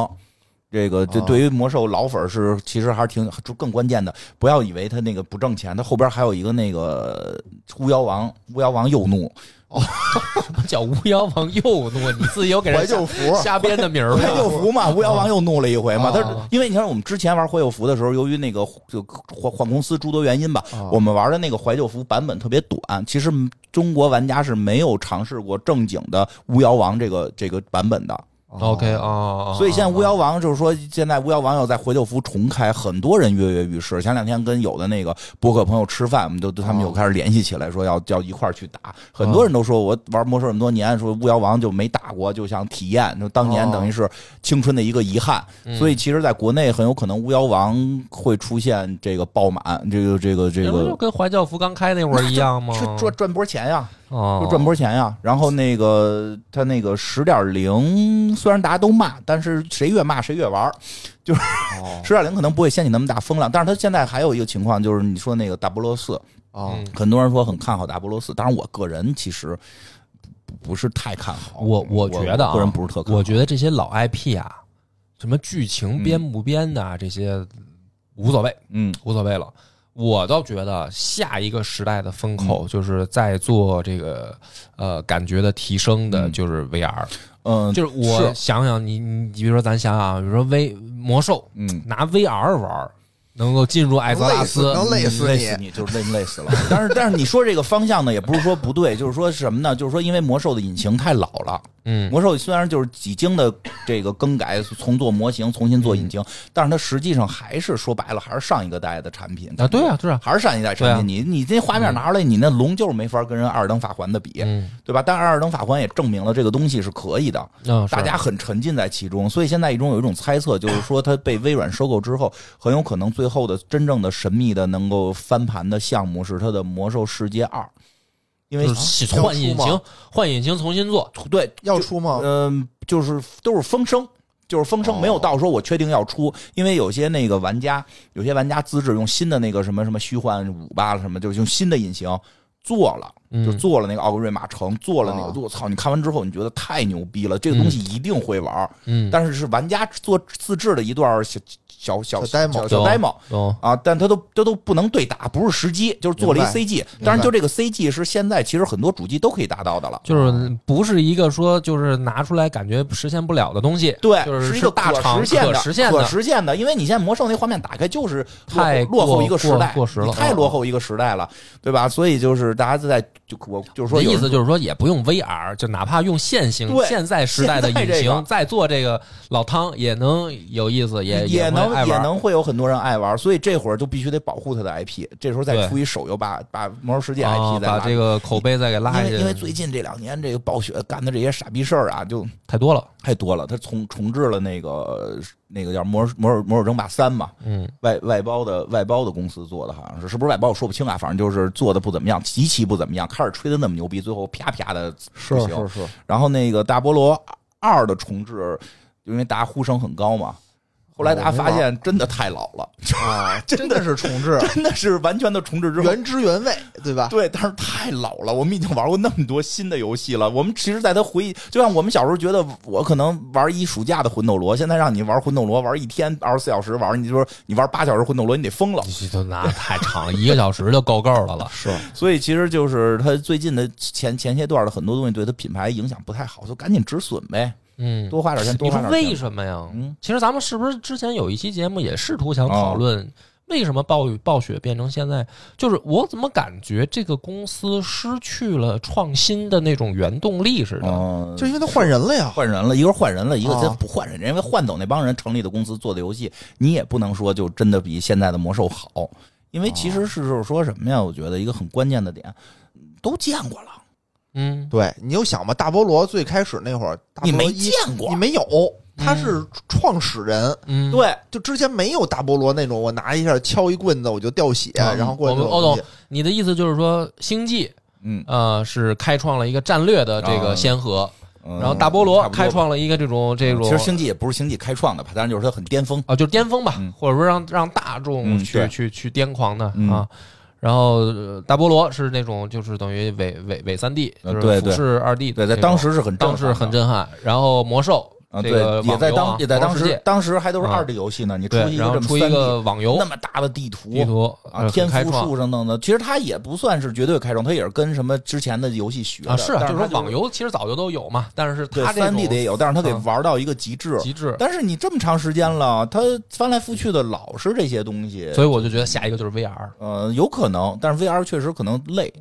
Speaker 2: 这个这
Speaker 3: 啊
Speaker 2: 对于魔兽老粉儿是其实还是挺就更关键的，不要以为它那个不挣钱，它后边还有一个那个巫妖王，巫妖王又怒，
Speaker 1: 啊 叫巫妖王右怒，你自己有给
Speaker 3: 怀
Speaker 1: 人
Speaker 3: 旧
Speaker 1: 瞎
Speaker 3: 服
Speaker 1: 瞎编的名儿
Speaker 2: 啊怀旧
Speaker 1: 吗？
Speaker 2: 服嘛，巫妖王又怒了一回嘛，
Speaker 3: 啊
Speaker 2: 他因为你看我们之前玩怀旧服的时候，由于那个就换换公司诸多原因吧，
Speaker 3: 啊
Speaker 2: 我们玩的那个怀旧服版本特别短，其实中国玩家是没有尝试过正经的巫妖王这个这个版本的。
Speaker 1: OK 啊，
Speaker 2: 哦所以现在巫妖王就是说，现在巫妖王要在怀旧服重开，很多人跃跃欲试。前两天跟有的那个博客朋友吃饭，我们就他们有开始联系起来，说要要一块儿去打。很多人都说我玩魔兽这么多年，说巫妖王就没打过，就想体验，就当年
Speaker 3: 哦
Speaker 2: 等于是青春的一个遗憾。
Speaker 1: 嗯
Speaker 2: 所以其实在国内很有可能巫妖王会出现这个爆满，这个这个这
Speaker 1: 这不就
Speaker 2: 个。
Speaker 1: 跟怀教服刚开那会儿一样吗？
Speaker 2: 去赚赚波钱呀，
Speaker 1: 哦
Speaker 2: 就，赚波钱呀。然后那个他那个十点零，虽然大家都骂，但是谁越骂谁越玩儿。
Speaker 3: 哦
Speaker 2: 十点零可能不会掀起那么大风浪，但是它现在还有一个情况，就是你说那个大菠萝四，
Speaker 3: 哦
Speaker 1: 嗯
Speaker 2: 很多人说很看好大菠萝四，当然我个人其实不不是太看好，
Speaker 1: 我
Speaker 2: 我
Speaker 1: 我觉得啊，
Speaker 2: 个嗯人不是特看好，
Speaker 1: 我觉得这些老 IP 啊，什么剧情编不编的啊，这些无所谓，
Speaker 2: 嗯
Speaker 1: 无所谓了。我倒觉得下一个时代的风口
Speaker 2: 嗯
Speaker 1: 就是在做这个呃感觉的提升的，
Speaker 2: 嗯
Speaker 1: 就是 VR。
Speaker 2: 嗯
Speaker 1: 就是我想想你，你你比如说咱想想啊，比如说 V 魔兽
Speaker 2: 嗯。
Speaker 1: 拿 VR 玩儿，能够进入艾泽拉斯，
Speaker 3: 能累死
Speaker 2: 累
Speaker 3: 你
Speaker 2: 死你，就是累累死了。但是但是你说这个方向呢，也不是说不对，就是说什么呢？就是说因为魔兽的引擎太老了，
Speaker 1: 嗯，
Speaker 2: 魔兽虽然就是几经的这个更改，重做模型，重新做
Speaker 1: 嗯
Speaker 2: 引擎，但是它实际上还是说白了，还是上一个代的产品
Speaker 1: 啊，对啊，，对啊，
Speaker 2: 还是上一代产
Speaker 1: 对啊
Speaker 2: 品。你你这画面拿出来，你那龙就是没法跟人《二等法环》的比，
Speaker 1: 嗯，
Speaker 2: 对吧？但《二等法环》也证明了这个东西是可以的，
Speaker 1: 啊，是
Speaker 2: 大家很沉浸在其中，所以现在一种有一种猜测，就是说它被微软收购之 后，很有可能最后的真正的神秘的能够翻盘的项目是它的《魔兽世界二》，因为、
Speaker 1: 就是换引
Speaker 3: 要出
Speaker 1: 擎，换引擎重新做，
Speaker 2: 对
Speaker 3: 要出吗？
Speaker 2: 嗯、就是都是风声，就是风声，
Speaker 3: 哦
Speaker 2: 没有到说我确定要出，因为有些那个玩家，有些玩家资质用新的那个什么什么虚幻五吧什么，就是用新的引擎做了，就
Speaker 1: 嗯，
Speaker 2: 做了那个奥格瑞马城，做了那
Speaker 3: 哦
Speaker 2: 个，我操！你看完之后，你觉得太牛逼了，这个东西一定会玩儿，
Speaker 1: 嗯，
Speaker 2: 但是是玩家做自制的一段小小小
Speaker 3: 小 demo
Speaker 2: 小小 demo。
Speaker 1: 懂，
Speaker 2: 啊，但他都他都不能对打，不是实机，就是做了一
Speaker 3: 明白
Speaker 2: CG。
Speaker 3: 白
Speaker 2: 当然，就这个 CG 是现在其实很多主机都可以达到的了。
Speaker 1: 就是不是一个说就是拿出来感觉实现不了的东西，
Speaker 2: 对，
Speaker 1: 就是
Speaker 2: 一个
Speaker 1: 大
Speaker 2: 大
Speaker 1: 厂
Speaker 2: 实现的、
Speaker 1: 可实现的
Speaker 2: 可实现的。因为你现在魔兽那画面打开就是落
Speaker 1: 太
Speaker 2: 后落
Speaker 1: 过
Speaker 2: 后一个时
Speaker 1: 过
Speaker 2: 代，
Speaker 1: 过时了
Speaker 2: 你太
Speaker 1: 嗯
Speaker 2: 落后一个时代了，对吧？所以就是大家就在就我就是说
Speaker 1: 你
Speaker 2: 有
Speaker 1: 的意
Speaker 2: 人
Speaker 1: 思就是说，也不用 VR，就哪怕用现行
Speaker 2: 对
Speaker 1: 现在时代的
Speaker 2: 现在
Speaker 1: 引
Speaker 2: 这
Speaker 1: 擎
Speaker 2: 个
Speaker 1: 再做这个老汤，也能有意思，也
Speaker 2: 也
Speaker 1: 会
Speaker 2: 能
Speaker 1: 爱
Speaker 2: 也
Speaker 1: 玩。
Speaker 2: 能会有很多人爱玩，所以这会儿就必须得保护他的 IP。这时候
Speaker 1: 对
Speaker 2: 再出一手游把把魔兽世界
Speaker 1: 啊
Speaker 2: IP 再
Speaker 1: 把
Speaker 2: 拉
Speaker 1: 这个口碑再给拉下
Speaker 2: 因为因为
Speaker 1: 去，
Speaker 2: 最近这两年这个暴雪干的这些傻逼事儿啊，就
Speaker 1: 太多了。
Speaker 2: 太多了。他重重置了那个那个叫魔《魔兽魔兽争霸三》嘛，
Speaker 1: 嗯，
Speaker 2: 外外包的外包的公司做的，好像是是不是外包我说不清啊，反正就是做的不怎么样，极其不怎么样。开始吹的那么牛逼，最后啪啪的
Speaker 3: 是
Speaker 2: 不行
Speaker 3: 是是，
Speaker 2: 然后那个大菠萝二的重置，因为大家呼声很高嘛，后来大家发现真的太老了，
Speaker 3: 啊，真的是重置，
Speaker 2: 真的是完全的重置之后。
Speaker 3: 原汁原味，对 吧？
Speaker 2: 对，但是太老了，我们已经玩过那么多新的游戏了。我们其实在他回忆，就像我们小时候觉得我可能玩一暑假的魂斗罗，现在让你玩魂斗罗玩一天二十四小时玩，你就说你玩八小时魂斗罗，你得疯 了。
Speaker 1: 这都拿太长 了，一个小时就够够的了。
Speaker 3: 是
Speaker 2: 所以其实就是他最近的前前些段的很多东西对他品牌影响不太好，就赶紧止损呗，
Speaker 1: 嗯，
Speaker 2: 多花点钱，多
Speaker 1: 你说
Speaker 2: 花点钱。
Speaker 1: 为什么呀？
Speaker 2: 嗯哦
Speaker 1: 其实咱们是不是之前有一期节目也试图想讨论为什么暴雨暴雪变成现在？就是我怎么感觉这个公司失去了创新的那种原动力似的？
Speaker 2: 嗯，
Speaker 3: 就因为他换人了呀。
Speaker 2: 换人了，一个是换人了，一个
Speaker 3: 啊
Speaker 2: 真不换人，因为换走那帮人成立的公司做的游戏，你也不能说就真的比现在的魔兽好，因为其实是就是说什么呀？我觉得一个很关键的点，都见过了，
Speaker 1: 嗯，
Speaker 3: 对你就想吧，大菠萝最开始那会儿，大
Speaker 2: 你
Speaker 3: 菠萝
Speaker 2: 没
Speaker 3: 一
Speaker 2: 见过嗯
Speaker 3: 你，没有，他是创始人，
Speaker 1: 嗯，
Speaker 2: 对，
Speaker 3: 就之前没有大菠萝那种，我拿一下敲一棍子我就掉血，
Speaker 2: 嗯
Speaker 3: 哎然后过来
Speaker 1: 我们
Speaker 3: 这种东西
Speaker 1: 欧你的意思就是说，《星际》
Speaker 2: 嗯，
Speaker 1: 呃是开创了一个战略的这个
Speaker 2: 啊
Speaker 1: 先河，
Speaker 2: 然
Speaker 1: 然后大菠萝开创了一个这种这种
Speaker 2: 嗯其实星际也不是星际开创的吧，但是就是它很巅峰，
Speaker 1: 啊，就是巅峰吧，
Speaker 2: 嗯
Speaker 1: 或者说让让大众
Speaker 2: 嗯
Speaker 1: 去、
Speaker 2: 对
Speaker 1: 去去癫狂的、
Speaker 2: 嗯
Speaker 1: 啊。然后、呃大菠萝是那种就是等于伪伪伪三 D，
Speaker 2: 呃
Speaker 1: 就是
Speaker 2: 对
Speaker 1: 俯
Speaker 2: 对
Speaker 1: 视二 D，
Speaker 2: 对，在当时是很
Speaker 1: 当时
Speaker 2: 震撼的
Speaker 1: 很震撼。然后魔兽
Speaker 2: 啊，
Speaker 1: 这个
Speaker 2: 对，也在
Speaker 1: 网游啊
Speaker 2: 当也在当
Speaker 1: 魔兽世
Speaker 2: 时
Speaker 1: 界
Speaker 2: 当时还都是
Speaker 1: 啊
Speaker 2: 二 D 游戏呢，你出
Speaker 1: 对，
Speaker 2: 一
Speaker 1: 然
Speaker 2: 个
Speaker 1: 后
Speaker 2: 这么
Speaker 1: 出一
Speaker 2: 三 D
Speaker 1: 个网游
Speaker 2: 那么大的地图，
Speaker 1: 地图
Speaker 2: 啊，
Speaker 1: 呃
Speaker 2: 天
Speaker 1: 很开
Speaker 2: 赋
Speaker 1: 创
Speaker 2: 树上弄的，其实它也不算是绝对开创，它也是跟什么之前的游戏学的
Speaker 1: 啊，是啊，
Speaker 2: 但
Speaker 1: 就是说
Speaker 2: 它
Speaker 1: 网游其实早就都有嘛，但是
Speaker 2: 对
Speaker 1: 它这
Speaker 2: 三 D 的
Speaker 1: 种
Speaker 2: 也有，但是它给
Speaker 1: 啊
Speaker 2: 玩到一个极致。
Speaker 1: 极致。
Speaker 2: 但是你这么长时间了，它翻来覆去的老是这些东西，
Speaker 1: 所以我就觉得下一个就是 VR，
Speaker 2: 呃，有可能，但是 VR 确实可能累，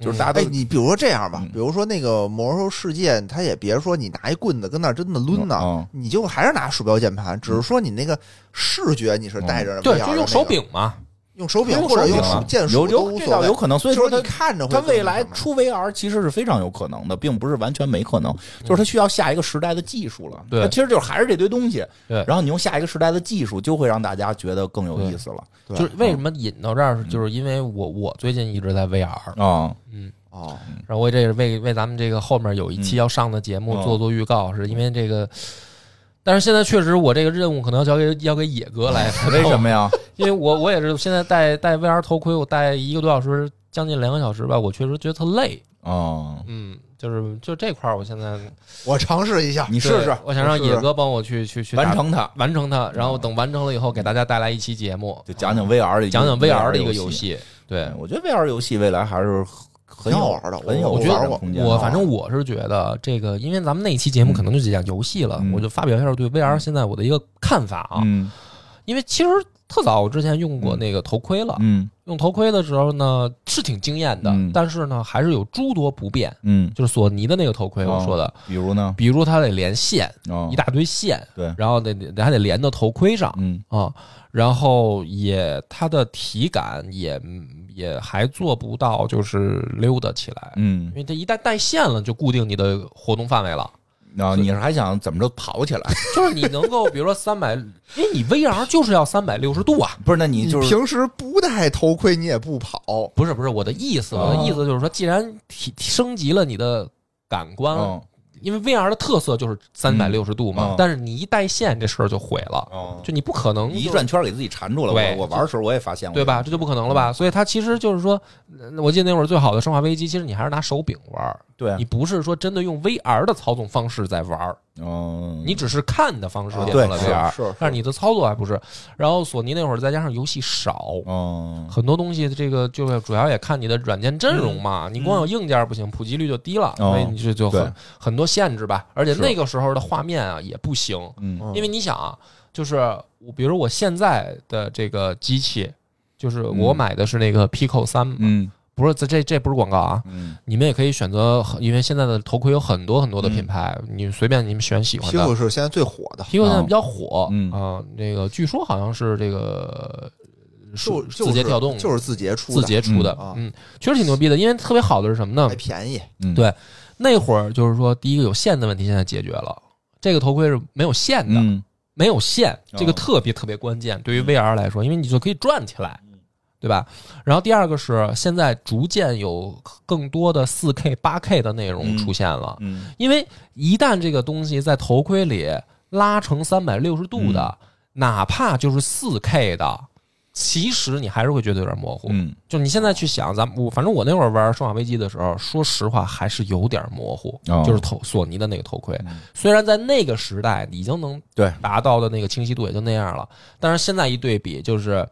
Speaker 2: 就是大家都
Speaker 3: 哎，你比如说这样吧
Speaker 2: 嗯，
Speaker 3: 比如说那个魔兽世界，他也别说你拿一棍子跟那儿真的抡呢，
Speaker 2: 嗯
Speaker 3: 你就还是拿鼠标键盘，只是说你那个视觉你是带
Speaker 2: 嗯
Speaker 3: 着 VR 的
Speaker 1: 对，
Speaker 3: 那个、
Speaker 1: 就用手柄嘛，
Speaker 3: 用手柄
Speaker 2: 用
Speaker 3: 或者
Speaker 2: 手
Speaker 3: 用
Speaker 2: 柄啊
Speaker 3: 鼠键鼠
Speaker 2: 有
Speaker 3: 都
Speaker 2: 有
Speaker 3: 无
Speaker 2: 这
Speaker 3: 所
Speaker 2: 倒
Speaker 3: 谓。
Speaker 2: 有可能，所以
Speaker 3: 就
Speaker 2: 说
Speaker 3: 是你
Speaker 2: 它
Speaker 3: 看着会
Speaker 2: 它
Speaker 3: 更
Speaker 2: 未来
Speaker 3: 什么
Speaker 2: 出 VR 其实是非常有可能的，并不是完全没可能，就是它需要下一个时代的技术了。
Speaker 1: 对
Speaker 2: 它其实就是还是这堆东西。
Speaker 1: 对
Speaker 2: 然后你用下一个时代的技术，就会让大家觉得更有意思了。
Speaker 3: 对
Speaker 1: 就是为什么引到这儿，
Speaker 2: 嗯
Speaker 1: 就是因为我我最近一直在 VR，
Speaker 2: 啊，
Speaker 1: 嗯，
Speaker 3: 哦，
Speaker 1: 然后我这也是为为咱们这个后面有一期要上的节目
Speaker 2: 嗯
Speaker 1: 做做预告，是因为这个。但是现在确实，我这个任务可能要交给要给野哥
Speaker 2: ，
Speaker 1: 来
Speaker 2: 为什？么呀？
Speaker 1: 因为我我也是现在戴戴 VR 头盔，我戴一个多小时，将近两个小时吧，我确实觉得特累。
Speaker 2: 啊，
Speaker 1: 嗯，就是就这块儿，我现在
Speaker 3: 我尝试一下，
Speaker 2: 你试试
Speaker 1: 我想让
Speaker 3: 我试试
Speaker 1: 野哥帮我去去去
Speaker 2: 完
Speaker 1: 打
Speaker 2: 成它，
Speaker 1: 完成它，然后等完成了以后，给大家带来一期节目，
Speaker 2: 就讲讲 VR 的一个
Speaker 1: 讲讲
Speaker 2: VR
Speaker 1: 的一个
Speaker 2: 游
Speaker 1: 游。戏。对
Speaker 2: 对，，我觉得 VR 游戏未来还是很
Speaker 3: 挺好
Speaker 2: 有
Speaker 3: 玩的
Speaker 2: 很有
Speaker 3: 我
Speaker 1: 觉得
Speaker 2: 发展空间的。啊
Speaker 1: 我反正我是觉得这个，因为咱们那期节目可能就只讲游戏了，
Speaker 2: 嗯
Speaker 1: 我就发表一下对 VR 现在我的一个看法啊。
Speaker 2: 嗯
Speaker 1: 因为其实特早我之前用过那个头盔了，
Speaker 2: 嗯
Speaker 1: 用头盔的时候呢是挺惊艳的，
Speaker 2: 嗯
Speaker 1: 但是呢还是有诸多不便，
Speaker 2: 嗯，哦
Speaker 1: 就是索尼的那个头盔，我说的，
Speaker 2: 比如呢，
Speaker 1: 比如它得连线，
Speaker 2: 哦
Speaker 1: 一，大堆线，
Speaker 2: 对
Speaker 1: 然后得得还得连到头盔上
Speaker 2: 嗯
Speaker 1: 啊，然后也它的体感也也还做不到就是溜达起来，
Speaker 2: 嗯
Speaker 1: 因，为它一旦带线了就固定你的活动范围了，
Speaker 2: 然后你是还想怎么着跑起来？
Speaker 1: 就是你能够比如说三百，因为你 VR 就是要三百六十度啊。
Speaker 2: 不是，那你就是
Speaker 3: 平时不戴头盔你也不跑，
Speaker 1: 不是不是，我的意思，我
Speaker 2: 哦
Speaker 1: 的意思就是说，既然提升级了你的感官，
Speaker 2: 哦
Speaker 1: 因为 VR 的特色就是三百六十度嘛，
Speaker 2: 哦
Speaker 1: 但是你一带线这事儿就毁了，
Speaker 2: 哦
Speaker 1: 就你不可能
Speaker 2: 你一
Speaker 1: 就
Speaker 2: 转圈给自己缠住了。
Speaker 1: 对
Speaker 2: 我我玩的时候我也发现了，
Speaker 1: 对吧？这就不可能了
Speaker 2: 嗯
Speaker 1: 吧？所以它其实就是说，呃我记得那会儿最好的《生化危机》，其实你还是拿手柄玩儿，
Speaker 2: 对啊
Speaker 1: 你，不是说真的用 VR 的操纵方式在玩儿，
Speaker 2: 哦，
Speaker 1: 你只是看的方式变
Speaker 2: 对
Speaker 1: 成了
Speaker 2: 是
Speaker 1: VR，、
Speaker 3: 啊是
Speaker 1: 但是你的操作还不是。然后索尼那会儿再加上游戏少，
Speaker 2: 哦，
Speaker 1: 很多东西这个就是主要也看你的软件阵容嘛，你光有硬件不行，普及率就低了，
Speaker 2: 哦
Speaker 1: 所以你这就
Speaker 2: 对
Speaker 1: 很很多限制吧。而且
Speaker 2: 是
Speaker 1: 那个时候的画面啊也不行，
Speaker 2: 嗯
Speaker 1: 因为你想啊，就是我比如我现在的这个机器，就是我
Speaker 2: 嗯
Speaker 1: 买的是那个 Pico 三、
Speaker 2: 嗯
Speaker 1: 不是这这这不是广告啊。
Speaker 2: 嗯，
Speaker 1: 你们也可以选择很，因为现在的头盔有很多很多的品牌，你随便你们选喜欢
Speaker 3: 皮
Speaker 1: 的。
Speaker 3: 肤是现在最火的，
Speaker 1: Pico 现在比较火，
Speaker 2: 嗯
Speaker 1: 啊，那个据说好像是这个
Speaker 3: 就就是
Speaker 1: 字节跳动
Speaker 3: 就是字节出的，
Speaker 1: 字节出的
Speaker 3: 嗯啊，
Speaker 1: 嗯，确实挺牛逼的。因为特别好的是什么呢
Speaker 3: 还？便宜，
Speaker 2: 嗯
Speaker 1: 对那会儿就是说，第一个有线的问题现在解决了，这个头盔是没有线的，
Speaker 2: 嗯
Speaker 1: 没有线，
Speaker 2: 哦嗯
Speaker 1: 这个特别特别关键，对于 VR 来说，因为你就可以转起来，对吧？然后第二个是现在逐渐有更多的 4K、8K 的内容
Speaker 2: 嗯
Speaker 1: 出现了，
Speaker 2: 嗯
Speaker 1: 因为一旦这个东西在头盔里拉成三百六十度
Speaker 2: 嗯
Speaker 1: 的，哪怕就是4 K 的，其实你还是会觉得有点模糊。
Speaker 2: 嗯
Speaker 1: 就你现在去想，咱们我反正我那会儿玩《生化危机》的时候，说实话还是有点模糊，
Speaker 2: 哦
Speaker 1: 就是头索尼的那个头盔
Speaker 2: 嗯，
Speaker 1: 虽然在那个时代已经能
Speaker 2: 对
Speaker 1: 达到的那个清晰度也就那样了，但是现在一对比，就是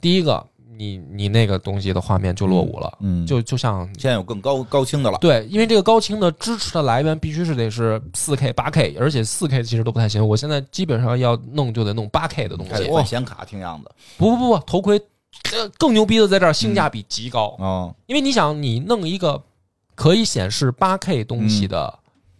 Speaker 1: 第一个，你你那个东西的画面就落伍了，
Speaker 2: 嗯，
Speaker 1: 就就像
Speaker 2: 现在有更高高清的了。
Speaker 1: 对，因为这个高清的支持的来源必须是得是四 K、八 K，而且四 K 其实都不太行，我现在基本上要弄就得弄八 K 的东
Speaker 2: 还
Speaker 1: 西
Speaker 2: 得，换显卡，听样子
Speaker 1: 不不不不，头盔。呃更牛逼的在这儿，性
Speaker 2: 嗯
Speaker 1: 价比极高。
Speaker 2: 哦，
Speaker 1: 因为你想，你弄一个可以显示八 K 东西的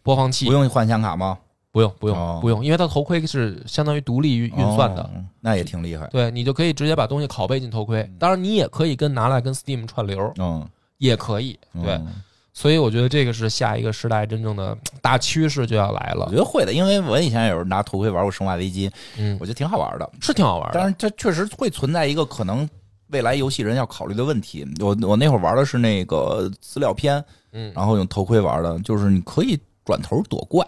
Speaker 1: 播放器，
Speaker 2: 嗯不用换显卡吗？
Speaker 1: 不用不用不
Speaker 2: 哦
Speaker 1: 用因为它头盔是相当于独立运运算的，
Speaker 2: 哦，那也挺厉害。
Speaker 1: 对你就可以直接把东西拷贝进头盔。当然，你也可以跟拿来跟 Steam 串流，
Speaker 2: 嗯，
Speaker 1: 也可以。对，
Speaker 2: 嗯
Speaker 1: 所以我觉得这个是下一个时代真正的大趋势就要来
Speaker 2: 我
Speaker 1: 了
Speaker 2: 觉，得会的，因为我以前有时候拿头盔玩过《生化危机》，
Speaker 1: 嗯
Speaker 2: 我觉得挺好玩的。
Speaker 1: 是挺好玩
Speaker 2: 但
Speaker 1: 的。
Speaker 2: 是这确实会存在一个可能未来游戏人要考虑的问题。我我那会儿玩的是那个资料片，
Speaker 1: 嗯
Speaker 2: 然后用头盔玩的，就是你可以转头躲怪，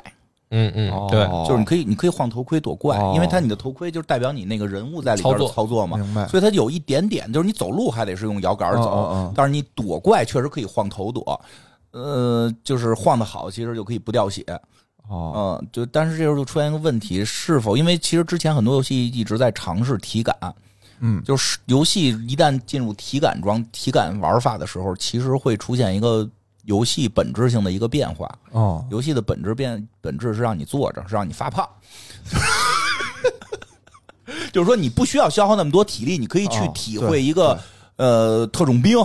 Speaker 1: 嗯
Speaker 2: 哦
Speaker 1: 嗯，对，
Speaker 2: 就是你可以你可以晃头盔躲怪，
Speaker 3: 哦
Speaker 2: 因为它你的头盔就是代表你那个人物在里边
Speaker 1: 操作
Speaker 2: 操作嘛，
Speaker 3: 明白
Speaker 2: 所以它有一点点就是你走路还得是用摇杆走，
Speaker 3: 嗯嗯嗯
Speaker 2: 但是你躲怪确实可以晃头躲。呃，就是晃的好，其实就可以不掉血。
Speaker 3: 哦，
Speaker 2: 嗯，就但是这时候就出现一个问题，是否因为其实之前很多游戏一直在尝试体感，
Speaker 3: 嗯，
Speaker 2: 就是游戏一旦进入体感装、体感玩法的时候，其实会出现一个游戏本质性的一个变化。
Speaker 3: 哦，
Speaker 2: 游戏的本质变本质是让你坐着，是让你发胖。 就是说，你不需要消耗那么多体力，你可以去
Speaker 3: 哦
Speaker 2: 体
Speaker 3: 对
Speaker 2: 会一个、
Speaker 3: 对
Speaker 2: 呃特种兵，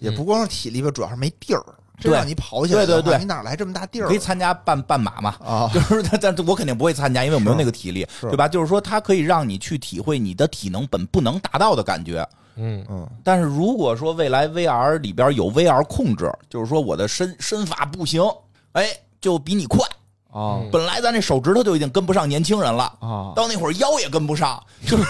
Speaker 3: 也不光是体力吧，主要是没地儿，真
Speaker 2: 对
Speaker 3: 让你跑起来的
Speaker 2: 对对对
Speaker 3: 话你哪来这么大地
Speaker 2: 你
Speaker 3: 儿
Speaker 2: 可以参加半半马嘛。
Speaker 3: 啊？
Speaker 2: 就是，但但我肯定不会参加，因为我没有那个体力，
Speaker 3: 是
Speaker 2: 对吧？就是说，它可以让你去体会你的体能本不能达到的感觉。
Speaker 1: 嗯
Speaker 3: 嗯，
Speaker 2: 但是如果说未来 VR 里边有 VR 控制，就是说我的身身法不行，哎，就比你快。
Speaker 3: 哦
Speaker 1: 嗯
Speaker 2: 本来咱这手指头就已经跟不上年轻人了，
Speaker 3: 啊，
Speaker 2: 到那会儿腰也跟不上，就是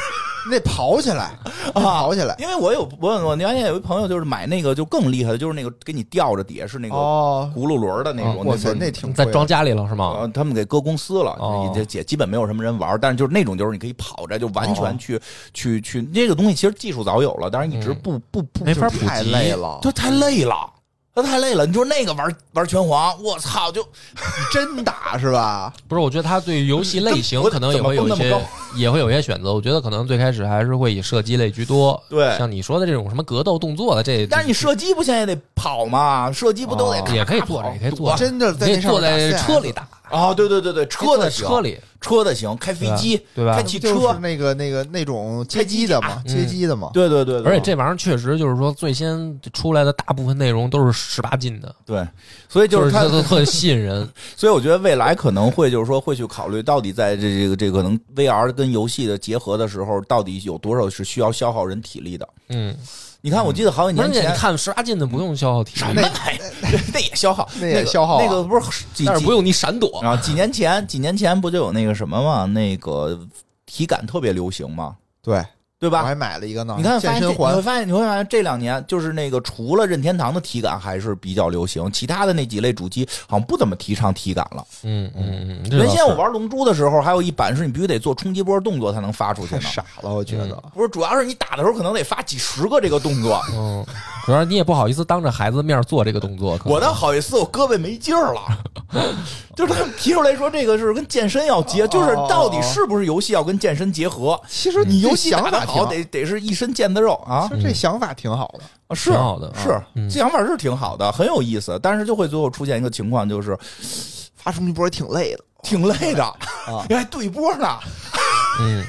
Speaker 3: 你得跑起 来，得跑起来。
Speaker 2: 因为我有我有我原先有一朋友就是买那个就更厉害的，就是那个给你吊着底下是那个
Speaker 3: 哦，
Speaker 2: 轱辘轮的那种，
Speaker 3: 哇塞，
Speaker 2: 种
Speaker 3: 那挺
Speaker 1: 嗯在
Speaker 3: 贵的
Speaker 1: 装家里了是吗？
Speaker 2: 呃，他们给搁公司了
Speaker 1: 啊哦，
Speaker 2: 也也基本没有什么人玩，但是就是那种就是你可以跑着，就完全去、去去，那个东西其实技术早有了，但是一直
Speaker 1: 嗯
Speaker 2: 不、不不
Speaker 1: 没法普及
Speaker 3: 太累
Speaker 1: 嗯
Speaker 3: 了，
Speaker 2: 就太累了，他太累了。你说那个玩玩拳皇，我操，就
Speaker 3: 真打是吧？
Speaker 1: 不是，我觉得它对于游戏类型
Speaker 2: 我
Speaker 1: 可能也会有一
Speaker 2: 怎么蹦那么
Speaker 1: 些，也会有一些选择。我觉得可能最开始还是会以射击类居多，
Speaker 2: 对
Speaker 1: 像你说的这种什么格斗动作的这，
Speaker 2: 但是你射击不现在也得跑嘛？射击不都得
Speaker 3: 哦
Speaker 2: 咔
Speaker 1: 也可以
Speaker 2: 咔
Speaker 1: 坐着
Speaker 2: 跑
Speaker 1: 也可以坐着
Speaker 3: 真的
Speaker 1: 你
Speaker 3: 在
Speaker 1: 可以
Speaker 3: 那上
Speaker 1: 坐在
Speaker 3: 面打
Speaker 1: 车里打，
Speaker 2: 啊？对对对对，
Speaker 1: 可以坐
Speaker 2: 的
Speaker 1: 在
Speaker 2: 行
Speaker 1: 车里，
Speaker 2: 车的行，开飞机，
Speaker 1: 对吧
Speaker 2: 开
Speaker 3: 那
Speaker 2: 汽
Speaker 3: 不就是
Speaker 2: 车，
Speaker 3: 那个那个那种街机的嘛，
Speaker 1: 嗯
Speaker 3: 街机的嘛。
Speaker 2: 对对对对，
Speaker 1: 而且这玩意儿确实就是说，最先出来的大部分内容都是十八禁的，
Speaker 2: 对，所以就
Speaker 1: 就是是
Speaker 2: 他
Speaker 1: 它，都特吸引 人。
Speaker 2: 所以我觉得未来可能会就是说会去考虑，到底在这这个这个可能 VR 跟游戏的结合的时候，到底有多少是需要消耗人体力的？
Speaker 1: 嗯，
Speaker 2: 你看，我记得好几
Speaker 1: 而
Speaker 2: 年
Speaker 1: 且
Speaker 2: 前
Speaker 1: 你。看十八禁的不用消耗体
Speaker 2: 什么
Speaker 1: 力，
Speaker 2: 玩意儿？ 那也消耗，那
Speaker 3: 那也
Speaker 2: 个
Speaker 3: 消耗啊
Speaker 2: 那个不是几
Speaker 1: 但是
Speaker 2: 几
Speaker 1: 不用你闪躲。
Speaker 2: 啊，几年前，几年前不就有那个什么嘛，那个体感特别流行嘛，
Speaker 3: 对，
Speaker 2: 对
Speaker 3: 我
Speaker 2: 吧？
Speaker 3: 还买了一个呢，
Speaker 2: 你看，发
Speaker 3: 健
Speaker 2: 现这
Speaker 3: 身
Speaker 2: 你会
Speaker 3: 环。
Speaker 2: 发现，你会发现这两年就是那个除了任天堂的体感还是比较流行，其他的那几类主机好像不怎么提倡体感了。
Speaker 1: 嗯嗯嗯，这倒
Speaker 2: 原先我
Speaker 1: 是
Speaker 2: 玩龙珠的时候，还有一版是你必须得做冲击波动作才能发出去
Speaker 3: 太
Speaker 2: 呢。
Speaker 3: 傻了，我觉得。
Speaker 2: 不是，主要是你打的时候可能得发几十个这个动作。
Speaker 1: 嗯，主要你也不好意思当着孩子面做这个动作。可能
Speaker 2: 我倒好意思，我胳膊没劲儿了。就是他们提出来说，这个是跟健身要结，就是到底是不是游戏要跟健身结合？
Speaker 3: 其实
Speaker 2: 你游
Speaker 3: 这
Speaker 2: 戏
Speaker 3: 想
Speaker 2: 嗯打得
Speaker 3: 法挺
Speaker 2: 好，得得是一身腱子肉啊！
Speaker 3: 其实这想法挺好的。
Speaker 2: 啊是
Speaker 1: 挺好的啊
Speaker 2: 是
Speaker 1: 嗯
Speaker 2: 这想法是挺好的，很有意思，但是就会最后出现一个情况，就是
Speaker 3: 发冲击波挺累的，
Speaker 2: 挺累的，你还对波呢，
Speaker 1: 嗯，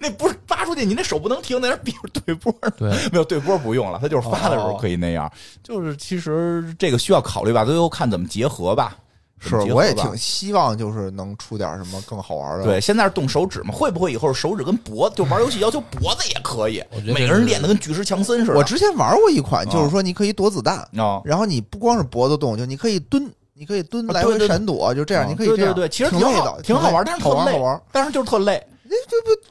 Speaker 2: 那不是发出去，你那手不能停，在那儿比着对波呢。
Speaker 1: 对，
Speaker 2: 没有对波不用了，他就是发的时
Speaker 3: 哦
Speaker 2: 候可以那样。就是其实这个需要考虑吧，最后看怎么结合吧。
Speaker 3: 是
Speaker 2: 怎么结合
Speaker 3: 我也
Speaker 2: 吧
Speaker 3: 挺希望就是能出点什么更好玩的。
Speaker 2: 对，现在是动手指嘛，会不会以后手指跟脖子就玩游戏要求脖子也可以
Speaker 1: 我觉？得
Speaker 2: 每
Speaker 1: 这
Speaker 2: 个人
Speaker 1: 是
Speaker 2: 练的跟巨石强森似的。
Speaker 3: 我之前玩过一款，
Speaker 2: 啊
Speaker 3: 就是说你可以躲子弹，
Speaker 2: 啊，
Speaker 3: 然后你不光是脖子动，就你可以蹲，你可以蹲
Speaker 2: 啊
Speaker 3: 来
Speaker 2: 对
Speaker 3: 回
Speaker 2: 对
Speaker 3: 闪躲，就这
Speaker 2: 啊
Speaker 3: 样，你可以
Speaker 2: 对
Speaker 3: 这
Speaker 2: 对
Speaker 3: 样，
Speaker 2: 对，其实
Speaker 3: 挺
Speaker 2: 挺
Speaker 3: 累
Speaker 2: 好
Speaker 3: 的，，
Speaker 2: 挺好
Speaker 3: 累
Speaker 2: 玩，但是
Speaker 3: 好
Speaker 2: 特
Speaker 3: 玩
Speaker 2: 累，
Speaker 3: 好玩，
Speaker 2: 但是就是特累。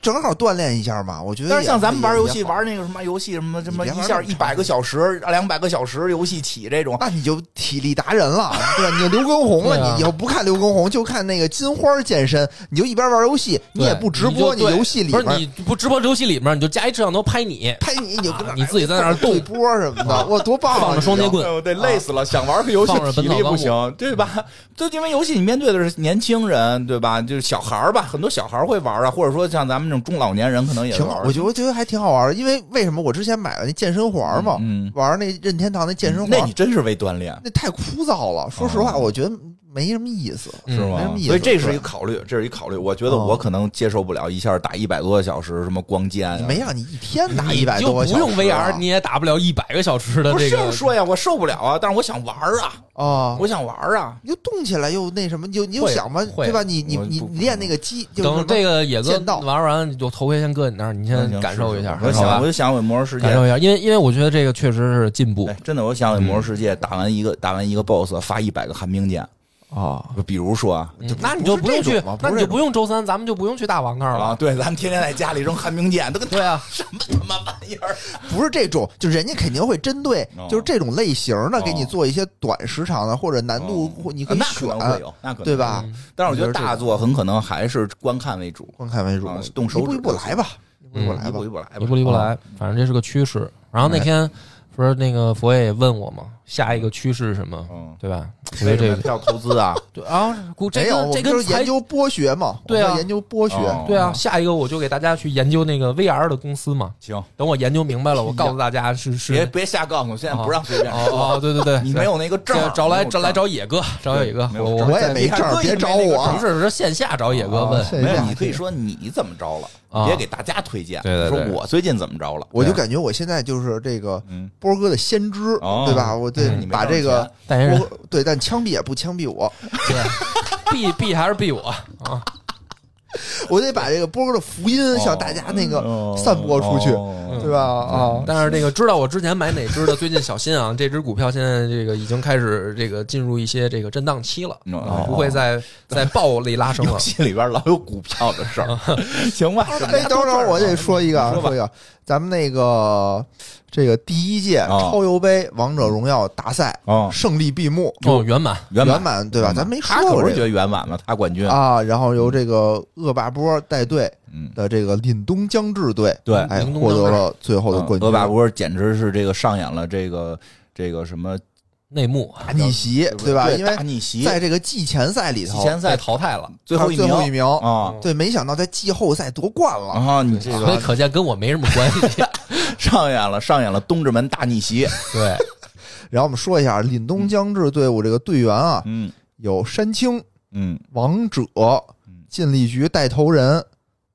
Speaker 3: 正好锻炼一下嘛。我觉得也，
Speaker 2: 但是像咱们玩游戏
Speaker 3: 也好
Speaker 2: 玩那个什么游戏什么什么
Speaker 3: 你别
Speaker 2: 一
Speaker 3: 玩
Speaker 2: 下
Speaker 3: 那么
Speaker 2: 一百个小时、两百个小时游戏起这种，
Speaker 3: 那你就体力达人了， 对吧？你就刘畊宏
Speaker 1: 哦对啊
Speaker 3: 了，你以后不看刘畊宏，就看那个金花健身，你就一边玩游戏， 你也不直播，
Speaker 1: 对
Speaker 3: 你
Speaker 1: 就对
Speaker 3: 游戏里
Speaker 1: 不是你
Speaker 3: 面
Speaker 1: 不直播游戏里面，你就加一摄像头拍你，
Speaker 3: 拍你，你就跟那儿
Speaker 1: 啊你自己在那儿动
Speaker 3: 对波什么的，哇，多棒啊！
Speaker 1: 放着
Speaker 3: 你
Speaker 1: 双截
Speaker 3: 就
Speaker 1: 棍，
Speaker 2: 我得累死了。想玩个游戏
Speaker 1: 啊放着
Speaker 2: 体
Speaker 1: 本
Speaker 2: 力
Speaker 1: 草纲
Speaker 2: 不
Speaker 1: 目
Speaker 2: 行，对吧？就因为游戏你面对的是年轻人，对吧？就是小孩儿吧，很多小孩儿会玩啊，或者说像咱们这种中老年人可能也
Speaker 3: 挺
Speaker 2: 玩
Speaker 3: 好
Speaker 2: 儿。，
Speaker 3: 我觉得我觉得还挺好玩的，因为为什么我之前买了那健身环嘛，
Speaker 2: 嗯嗯
Speaker 3: 玩那任天堂那健身环，
Speaker 2: 那你真是为锻炼。
Speaker 3: 那太枯燥了。说实话，
Speaker 2: 哦
Speaker 3: 我觉得没什么意思。
Speaker 1: 嗯
Speaker 2: 是
Speaker 3: 没什
Speaker 2: 吗
Speaker 3: 么？意思哦
Speaker 2: 所以这是一
Speaker 3: 对
Speaker 2: 个考虑，这是一考虑。我觉得我可能接受不了一下打一百多个小时，什么光剑、啊，
Speaker 3: 没让你一天打一百
Speaker 1: 你就
Speaker 3: 多个小
Speaker 1: 不
Speaker 3: 时
Speaker 1: 用
Speaker 3: 啊，
Speaker 1: VR，你也打不了一百个小时的呃
Speaker 2: 不
Speaker 1: 这
Speaker 2: 是就是
Speaker 1: 个。
Speaker 2: 说呀，我受不了啊！但是我想玩儿啊，
Speaker 3: 啊，
Speaker 2: 我想玩儿啊。
Speaker 3: 你就动起来又那什么，你就你就
Speaker 1: 会
Speaker 3: 想吧，
Speaker 1: 会
Speaker 3: 对吧？你你
Speaker 2: 我
Speaker 3: 你
Speaker 2: 不
Speaker 3: 你练那个肌，就是
Speaker 1: 等
Speaker 3: 什
Speaker 1: 这
Speaker 3: 么
Speaker 1: 个野哥
Speaker 3: 剑道
Speaker 1: 玩完，就头盔先搁你那儿，你先感受一下，
Speaker 2: 我
Speaker 1: 好
Speaker 2: 想，
Speaker 1: 吧
Speaker 2: 我？就想我魔兽世
Speaker 1: 感
Speaker 2: 界。
Speaker 1: 受一下，因为因为我觉得这个确实是进步
Speaker 2: 哎，真的，我想我
Speaker 1: 嗯
Speaker 2: 魔兽世界打完一个打完一个 BOSS 发一百个寒冰剑，
Speaker 3: 啊，
Speaker 2: 比如说啊
Speaker 1: 嗯那你就不
Speaker 3: 不是
Speaker 1: 用
Speaker 3: 这
Speaker 1: 去
Speaker 3: 种嘛，
Speaker 1: 那
Speaker 3: 不
Speaker 1: 你就
Speaker 3: 是这种
Speaker 1: 不用周三，咱们就不用去大王那儿
Speaker 2: 啊，
Speaker 1: 了。
Speaker 2: 对，咱们天天在家里扔寒冰剑，都跟
Speaker 1: 对啊，
Speaker 2: 什么他妈玩意 儿？
Speaker 3: 不是这种，就人家肯定会针对
Speaker 2: 哦
Speaker 3: 就是这种类型的，
Speaker 2: 哦
Speaker 3: 给你做一些短时长的或者难度，
Speaker 2: 哦
Speaker 3: 或你可以
Speaker 2: 那可
Speaker 3: 选，
Speaker 2: 能会有，那可能
Speaker 3: 对吧
Speaker 1: 嗯
Speaker 2: 会有？但是我觉得
Speaker 3: 就是这
Speaker 2: 大作很可能还是观看为主，
Speaker 3: 观看为主
Speaker 2: 啊，动手
Speaker 3: 一步
Speaker 2: 指
Speaker 3: 一步
Speaker 2: 就
Speaker 3: 来吧，一步一步
Speaker 1: 嗯
Speaker 3: 来
Speaker 2: 一
Speaker 3: 吧
Speaker 2: 步一。步来吧，
Speaker 1: 一步一步
Speaker 2: 啊
Speaker 1: 来，反正这是个趋势。然后
Speaker 2: 哎
Speaker 1: 那天不是那个佛爷也问我嘛，下一个趋势是什么，
Speaker 2: 嗯，
Speaker 1: 对吧？我觉
Speaker 2: 为
Speaker 1: 得
Speaker 2: 什
Speaker 1: 这
Speaker 2: 么
Speaker 1: 个
Speaker 2: 要投资啊？
Speaker 1: 对啊，估这
Speaker 3: 没有，
Speaker 1: 跟
Speaker 3: 我
Speaker 1: 这
Speaker 3: 们就
Speaker 1: 跟
Speaker 3: 是研
Speaker 1: 财
Speaker 3: 究剥削嘛，
Speaker 1: 对啊
Speaker 3: 我们要研究剥削，
Speaker 2: 哦
Speaker 1: 对啊，下一个我就给大家去研究那个 VR 的公司嘛。
Speaker 2: 行，
Speaker 1: 等我研究明白了，我告诉大家是是
Speaker 2: 哎别别瞎告诉我，现在不让随便说，
Speaker 1: 哦哦，对对对，
Speaker 2: 你没有那个证
Speaker 1: 这
Speaker 2: 儿，
Speaker 1: 找来
Speaker 2: 没有证
Speaker 1: 找
Speaker 2: 儿
Speaker 1: 来。找野哥，找野哥，
Speaker 2: 没有
Speaker 1: 我
Speaker 2: 证
Speaker 1: 我
Speaker 2: 儿哦
Speaker 3: 我也没证儿
Speaker 2: 在
Speaker 3: 别找我
Speaker 1: 不是是线下找野哥问
Speaker 3: 啊，是
Speaker 2: 没
Speaker 3: 这
Speaker 2: 有，
Speaker 3: 样
Speaker 2: 你可以说你怎么着了，
Speaker 1: 啊
Speaker 2: 别给大家推荐。
Speaker 1: 对对对哦
Speaker 2: 说我最近怎么着了，
Speaker 3: 我就
Speaker 2: 对啊
Speaker 3: 感觉我现在就是这个
Speaker 2: 嗯，
Speaker 3: 波哥的先知，
Speaker 2: 哦
Speaker 3: 对吧？我对
Speaker 2: 嗯你没
Speaker 3: 把
Speaker 2: 挣
Speaker 3: 这个
Speaker 2: 钱
Speaker 1: 代言人
Speaker 3: 波对，但枪毙也不枪毙我，
Speaker 1: 对， 避避还是避我啊？
Speaker 3: 我得把这个波哥的福音向大家那个散播出去，
Speaker 2: 哦
Speaker 3: 对吧？啊，
Speaker 1: 但是那个知道我之前买哪只的，最近小心啊！ 这只股票现在这个已经开始这个进入一些这个震荡期
Speaker 3: 嗯
Speaker 1: 了，啊
Speaker 2: 哦
Speaker 1: 不会再 再暴力拉升了
Speaker 2: 游。戏里边老有股票的事儿，行吧？
Speaker 3: 哎，等会儿我得说一个啊，
Speaker 2: 说吧
Speaker 3: 说一个，咱们那个这个第一届
Speaker 2: 哦
Speaker 3: 超游杯王者荣耀大赛
Speaker 2: 哦
Speaker 3: 胜利闭幕，
Speaker 1: 哦，圆满，
Speaker 2: 圆
Speaker 3: 圆
Speaker 2: 满嗯
Speaker 3: 满对吧？咱没说
Speaker 2: 他
Speaker 3: 过
Speaker 2: 可是
Speaker 3: 这
Speaker 2: 觉
Speaker 3: 个
Speaker 2: 得圆满了，他冠军，
Speaker 3: 啊，然后由这个恶霸波带队
Speaker 2: 嗯，
Speaker 3: 的这个凛冬将至队，
Speaker 2: 对
Speaker 3: 哎，
Speaker 1: 凛冬
Speaker 3: 获得
Speaker 1: 将至
Speaker 3: 了最后的冠
Speaker 2: 嗯
Speaker 3: 军，
Speaker 2: 厄巴波简直是这个上演了这个这个什么
Speaker 1: 内幕
Speaker 3: 大逆袭，对吧？因为
Speaker 2: 大逆袭，
Speaker 3: 在这个季前赛里
Speaker 2: 季
Speaker 3: 头，
Speaker 2: 前赛
Speaker 1: 被淘汰了，
Speaker 2: 最后
Speaker 3: 他
Speaker 2: 一
Speaker 3: 最后一
Speaker 2: 名
Speaker 3: 名，
Speaker 2: 啊
Speaker 1: 嗯
Speaker 3: 对，没想到在季后赛夺冠了，
Speaker 2: 啊！你这
Speaker 1: 所以
Speaker 2: 个
Speaker 1: 可见跟我没什么关 系。
Speaker 2: 上演了上演了东直门大逆袭，
Speaker 1: 对，
Speaker 3: 然后我们说一下凛冬将至队伍这个队员啊，
Speaker 2: 嗯
Speaker 3: 有山青、
Speaker 2: 嗯
Speaker 3: 王者、晋厉局带头人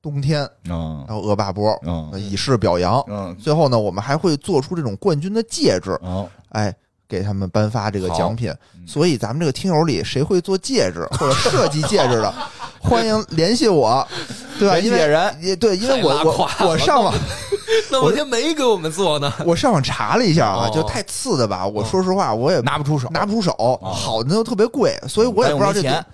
Speaker 3: 冬天，
Speaker 2: 嗯
Speaker 3: 然后恶霸波，
Speaker 2: 嗯
Speaker 3: 以示表扬。
Speaker 2: 嗯
Speaker 3: 最后呢，我们还会做出这种冠军的戒指，
Speaker 2: 哦，
Speaker 3: 哎，给他们颁发这个
Speaker 2: 好
Speaker 3: 奖品。
Speaker 2: 嗯
Speaker 3: 所以咱们这个听友里，谁会做戒指或者设计 戒指的，欢迎联系我，对吧？
Speaker 2: 联系
Speaker 3: 因为
Speaker 2: 人
Speaker 3: 也对，因为我
Speaker 1: 太拉
Speaker 3: 我
Speaker 1: 胯了
Speaker 3: 我上网
Speaker 1: 那我天没给我们做呢。
Speaker 3: 我上网查了一下啊，
Speaker 1: 哦
Speaker 3: 就太次的吧，我说实话我也
Speaker 2: 哦拿不出手，哦
Speaker 3: 拿不出手，好的又特别贵，所以我也不知道这
Speaker 2: 但又没钱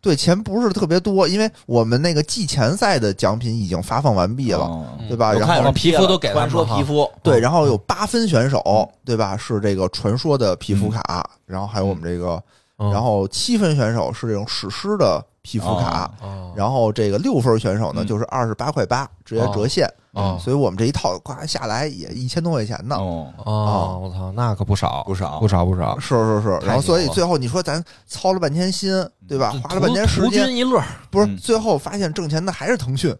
Speaker 3: 对钱不是特别多，因为我们那个季前赛的奖品已经发放完毕
Speaker 1: 哦
Speaker 3: 了，
Speaker 2: 嗯
Speaker 3: 对吧？
Speaker 2: 我
Speaker 3: 然
Speaker 2: 看有
Speaker 3: 后
Speaker 2: 人
Speaker 1: 皮肤都给他
Speaker 2: 传
Speaker 1: 们
Speaker 2: 说
Speaker 1: 了
Speaker 2: 皮肤，
Speaker 1: 嗯
Speaker 2: 哦
Speaker 3: 对，然后有八分选手，对吧？是这个传说的皮肤卡，然后还有我们这个，
Speaker 1: 嗯
Speaker 3: 然后七分选手是这种史诗的皮肤卡。
Speaker 1: 哦
Speaker 3: 然后这个六分选手呢，
Speaker 2: 嗯
Speaker 3: 就是二十八块八，直接折现，
Speaker 1: 哦
Speaker 3: 所以我们这一套呱下来也一千多块钱呢。
Speaker 2: 哦，
Speaker 1: 哦，我操，那可不少，
Speaker 2: 不少
Speaker 1: 不少，不少。
Speaker 3: 是是是，然后所以
Speaker 1: 牛了嗯
Speaker 3: 最后你说咱操了半天心，对吧？花了半天时
Speaker 1: 图
Speaker 3: 间，
Speaker 1: 君一乐，
Speaker 3: 不是
Speaker 2: 嗯
Speaker 3: 最后发现挣钱的还是腾讯，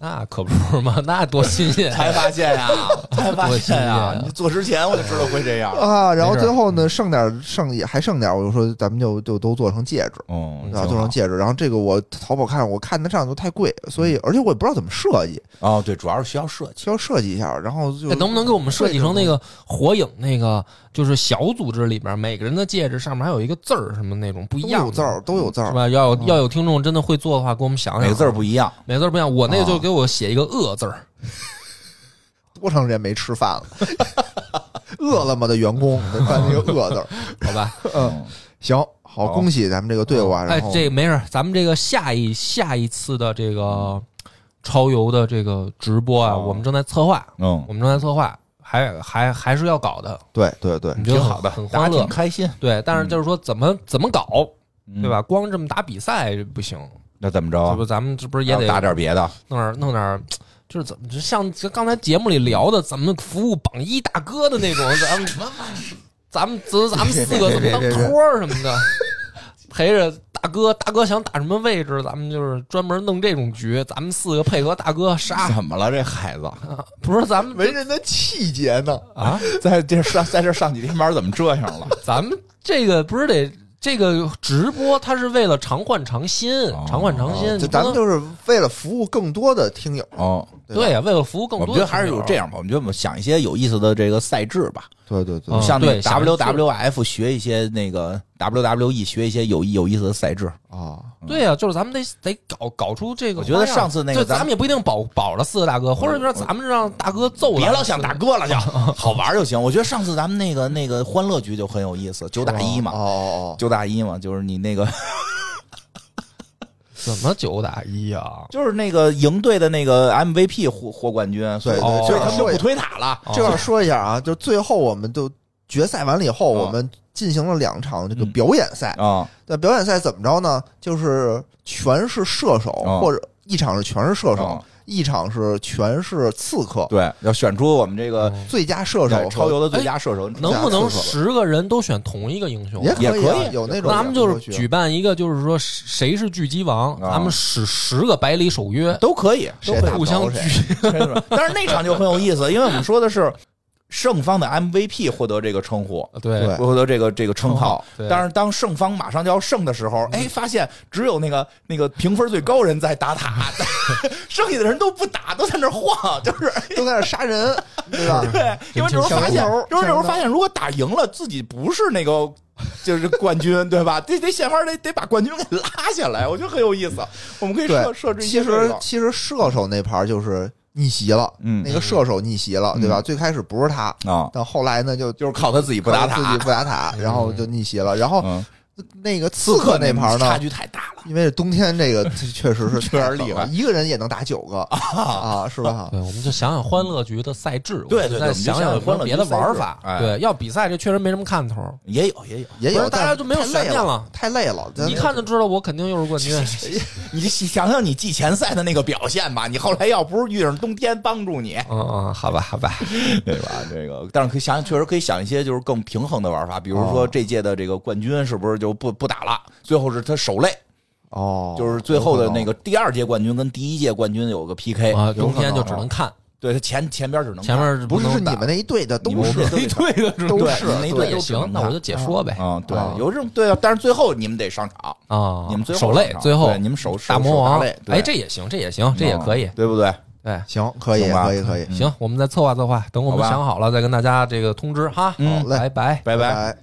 Speaker 1: 那可不是嘛，那多新鲜！
Speaker 2: 才发现 呀，才发现
Speaker 1: 多新
Speaker 2: 呀，
Speaker 1: 鲜
Speaker 2: 你做之前我就知道会这样，
Speaker 3: 啊，然后
Speaker 1: 没事
Speaker 3: 最后呢剩点剩也还剩点，我就说咱们就就都做成戒指，
Speaker 2: 哦
Speaker 3: 然后做成戒指，然后这个我淘宝看我看得上都太贵，所以而且我也不知道怎么设计，
Speaker 2: 哦，对，主要是需要设计，
Speaker 3: 需要设计一下，然后就
Speaker 1: 哎能不能给我们设计成那个火影那个，就是小组织里边每个人的戒指上面还有一个字儿什么那种不
Speaker 3: 都
Speaker 1: 一样
Speaker 3: 有
Speaker 1: 的
Speaker 3: 字儿都有字
Speaker 1: 是
Speaker 3: 儿，
Speaker 1: 吧？要有要有听众真的会做的话，给我们想想。
Speaker 2: 每个字儿不一样，
Speaker 1: 每个字儿不一样，我那个就
Speaker 2: 啊
Speaker 1: 给我写一个“恶”字儿，
Speaker 3: 多长时间没吃饭了， 饿了么的员工得办那个饿字儿，
Speaker 1: 好吧？
Speaker 2: 嗯，
Speaker 3: 行，好，
Speaker 2: 好
Speaker 3: 恭喜咱们这个队伍啊，
Speaker 1: 哎
Speaker 3: 然后，
Speaker 1: 这没事儿，咱们这个下一下一次的这个超游的这个直播啊，
Speaker 2: 哦
Speaker 1: 我们正在策划，
Speaker 2: 嗯，
Speaker 1: 我们正在策划，还还还是要搞的，
Speaker 3: 对对对，
Speaker 1: 你觉
Speaker 2: 挺
Speaker 1: 得
Speaker 2: 好的，
Speaker 1: 很
Speaker 2: 大
Speaker 1: 欢
Speaker 2: 家
Speaker 1: 乐，
Speaker 2: 挺开心，
Speaker 1: 对。但是就是说怎么怎么搞，
Speaker 2: 对
Speaker 1: 对？吧？光这么打比赛不行，
Speaker 2: 那怎么着
Speaker 1: 这
Speaker 2: 啊
Speaker 1: 不？咱们这不是也
Speaker 2: 还
Speaker 1: 得
Speaker 2: 有打点别的，
Speaker 1: 弄点弄点，就是怎么就像就刚才节目里聊的，咱们服务榜一大哥的那种，咱们咱们咱咱们四个怎么
Speaker 3: 别别
Speaker 1: 当
Speaker 3: 别别
Speaker 1: 托儿什么的，陪着大哥，大哥想打什么位置，咱们就是专门弄这种局，咱们四个配合大哥杀，
Speaker 2: 怎么了这孩子？
Speaker 1: 啊不是咱们
Speaker 3: 文人的气节呢。
Speaker 1: 啊，
Speaker 2: 在这上在这上几天班怎么这样了？
Speaker 1: 咱们这个不是得。这个直播它是为了常换常新，
Speaker 2: 哦
Speaker 1: 常换常新。
Speaker 3: 就
Speaker 1: 你不
Speaker 3: 咱们
Speaker 1: 能
Speaker 3: 就是为了服务更多的听友，
Speaker 2: 哦，
Speaker 1: 对呀，为了服务更
Speaker 2: 我
Speaker 1: 多
Speaker 2: 们
Speaker 1: 的
Speaker 2: 觉
Speaker 1: 听友，啊
Speaker 2: 得还是有这样吧，我们觉得我们想一些有意思的这个赛制吧，
Speaker 3: 对对对
Speaker 1: 嗯
Speaker 2: 像那
Speaker 1: 对想一些
Speaker 2: WWF 学一些那个 WWE 学一些有意有意思的赛制。
Speaker 3: 啊，
Speaker 1: 对呀、就是咱们得得搞搞出这个
Speaker 2: 嗯我
Speaker 1: 花
Speaker 2: 觉
Speaker 1: 样。
Speaker 2: 得上次那个
Speaker 1: 就
Speaker 2: 咱
Speaker 1: 咱们也不一定保保了四个大哥，或者说咱们让大哥揍了。
Speaker 2: 别老想大哥了就，
Speaker 1: 啊
Speaker 2: 好玩就行。我觉得上次咱们那个那个欢乐局就很有意思，九打一
Speaker 3: 哦
Speaker 2: 嘛，
Speaker 3: 哦
Speaker 2: 九打一嘛，就是你那个？
Speaker 1: 怎么九打一呀
Speaker 2: 就是那个营队的那个 MVP 获获冠军，啊所以
Speaker 3: 对
Speaker 1: 对
Speaker 2: 所
Speaker 1: 这
Speaker 2: 以他们就
Speaker 3: 个
Speaker 2: 不推塔了。
Speaker 3: 哦，这块说一下啊，就最后我们就决赛完了以后，
Speaker 2: 啊
Speaker 3: 我们进行了两场这个
Speaker 2: 嗯
Speaker 3: 表演赛。
Speaker 2: 啊
Speaker 3: 那表演赛怎么着呢？就是全是射手，
Speaker 2: 啊
Speaker 3: 或者一场是全是射手
Speaker 2: 啊，
Speaker 3: 一场是全是刺客，
Speaker 2: 对，要选出我们这个
Speaker 1: 嗯
Speaker 3: 最佳射手
Speaker 2: 对超
Speaker 3: 和
Speaker 2: 游的最佳射手，
Speaker 1: 哎能不能
Speaker 3: 下次
Speaker 1: 十个人都选同一个英雄？
Speaker 3: 也
Speaker 2: 也
Speaker 3: 可
Speaker 2: 可
Speaker 3: 啊
Speaker 2: 以
Speaker 3: 有那种
Speaker 1: 咱们就是
Speaker 3: 选择
Speaker 1: 举办一个，就是说谁是狙击王，
Speaker 2: 啊
Speaker 1: 咱们使十个百里守约，
Speaker 2: 都可以，
Speaker 3: 谁打不着
Speaker 1: 互相
Speaker 3: 谁
Speaker 1: 狙。
Speaker 2: 但是那场就很有意思，因为我们说的是胜方的 MVP 获得这个称呼，
Speaker 1: 对
Speaker 3: 对
Speaker 2: 获得这个这个称
Speaker 1: 称
Speaker 2: 号
Speaker 1: 号对。
Speaker 2: 但是当胜方马上就要胜的时候，哎，发现只有那个那个评分最高人在打 塔，剩下的人都不打，都在那儿晃，就是。
Speaker 3: 都在那杀人，对吧？
Speaker 2: 对，因为这时候发现，
Speaker 3: 小人头
Speaker 2: 因为这时
Speaker 3: 小人头
Speaker 2: 候发现，如果打赢了，自己不是那个就是冠军，对吧？得得想法得得把冠军给拉下来，我觉得很有意思。我们可以设
Speaker 3: 对，
Speaker 2: 设置一
Speaker 3: 其
Speaker 2: 些这
Speaker 3: 实
Speaker 2: 个
Speaker 3: 其实射手那盘就是逆袭了，
Speaker 2: 嗯
Speaker 3: 那个射手逆袭了，对吧？
Speaker 2: 嗯
Speaker 3: 最开始不是他，
Speaker 2: 啊，
Speaker 3: 但后来呢就
Speaker 2: 就是靠他自己不打
Speaker 3: 自己
Speaker 2: 塔，
Speaker 3: 不打塔，然后就逆袭了。然后
Speaker 2: 嗯，
Speaker 3: 那个刺客那盘
Speaker 2: 差
Speaker 3: 呢，
Speaker 2: 距太大了。
Speaker 3: 因为冬天 这个确实是
Speaker 2: 确实
Speaker 3: 太狠
Speaker 2: 厉害
Speaker 3: 了一个人也能打九个啊，是吧？
Speaker 1: 对，我们就想想欢乐局的赛制，
Speaker 2: 对
Speaker 1: 我
Speaker 2: 对对
Speaker 1: 们再想想有什么别的玩法
Speaker 2: 我们就想想欢乐局赛。制哎
Speaker 1: 对，要比赛这确实没什么看头，
Speaker 2: 也有也有，
Speaker 3: 也
Speaker 1: 不
Speaker 3: 有
Speaker 1: 是大家
Speaker 3: 但
Speaker 1: 就没有
Speaker 3: 太累
Speaker 1: 悬念了
Speaker 3: 太累了。咱
Speaker 1: 一看就知道我肯定又是冠 军。
Speaker 2: 你想想你季前赛的那个表现吧，你后来要不是遇上冬天帮助你，
Speaker 1: 嗯嗯，好吧好吧，
Speaker 2: 对吧？这个，但是可以想，确实可以想一些就是更平衡的玩法，比如说
Speaker 3: 哦
Speaker 2: 这届的这个冠军是不是就不不打了？最后是他守擂，
Speaker 3: 哦，
Speaker 2: 就是最后的那
Speaker 3: 有可能
Speaker 2: 个第二届冠军跟第一届冠军有个 PK，
Speaker 1: 啊，
Speaker 3: 有
Speaker 1: 冬
Speaker 3: 可能
Speaker 1: 天就只能看。
Speaker 2: 对他前前边只能
Speaker 1: 前面
Speaker 3: 不是
Speaker 1: 能
Speaker 3: 是你
Speaker 1: 打
Speaker 3: 们那一队的
Speaker 2: 你
Speaker 3: 都
Speaker 2: 们
Speaker 3: 是
Speaker 2: 那
Speaker 1: 没对的是吧
Speaker 3: 都
Speaker 2: 对
Speaker 3: 是
Speaker 2: 你们那
Speaker 1: 对
Speaker 2: 队
Speaker 3: 对
Speaker 1: 就行，那我就哎解说呗
Speaker 2: 啊、嗯，对
Speaker 3: 啊，
Speaker 2: 有这种对啊，但是最后你们得上场，
Speaker 1: 啊，
Speaker 2: 你们最后
Speaker 1: 手累
Speaker 2: 上场
Speaker 1: 最后
Speaker 2: 对你们手手
Speaker 1: 大魔
Speaker 2: 手
Speaker 1: 王
Speaker 2: 大累，对
Speaker 1: 哎，这也行，这也行，这也可以
Speaker 2: 嗯，对不对？
Speaker 1: 哎。
Speaker 3: 行，可以
Speaker 2: 行吧嗯
Speaker 3: 可以可以，
Speaker 1: 行，我们再策划策划，等我们
Speaker 2: 好吧
Speaker 1: 想好了再跟大家这个通知哈。
Speaker 2: 嗯
Speaker 3: 好嘞
Speaker 1: 拜拜。
Speaker 2: 拜
Speaker 3: 拜。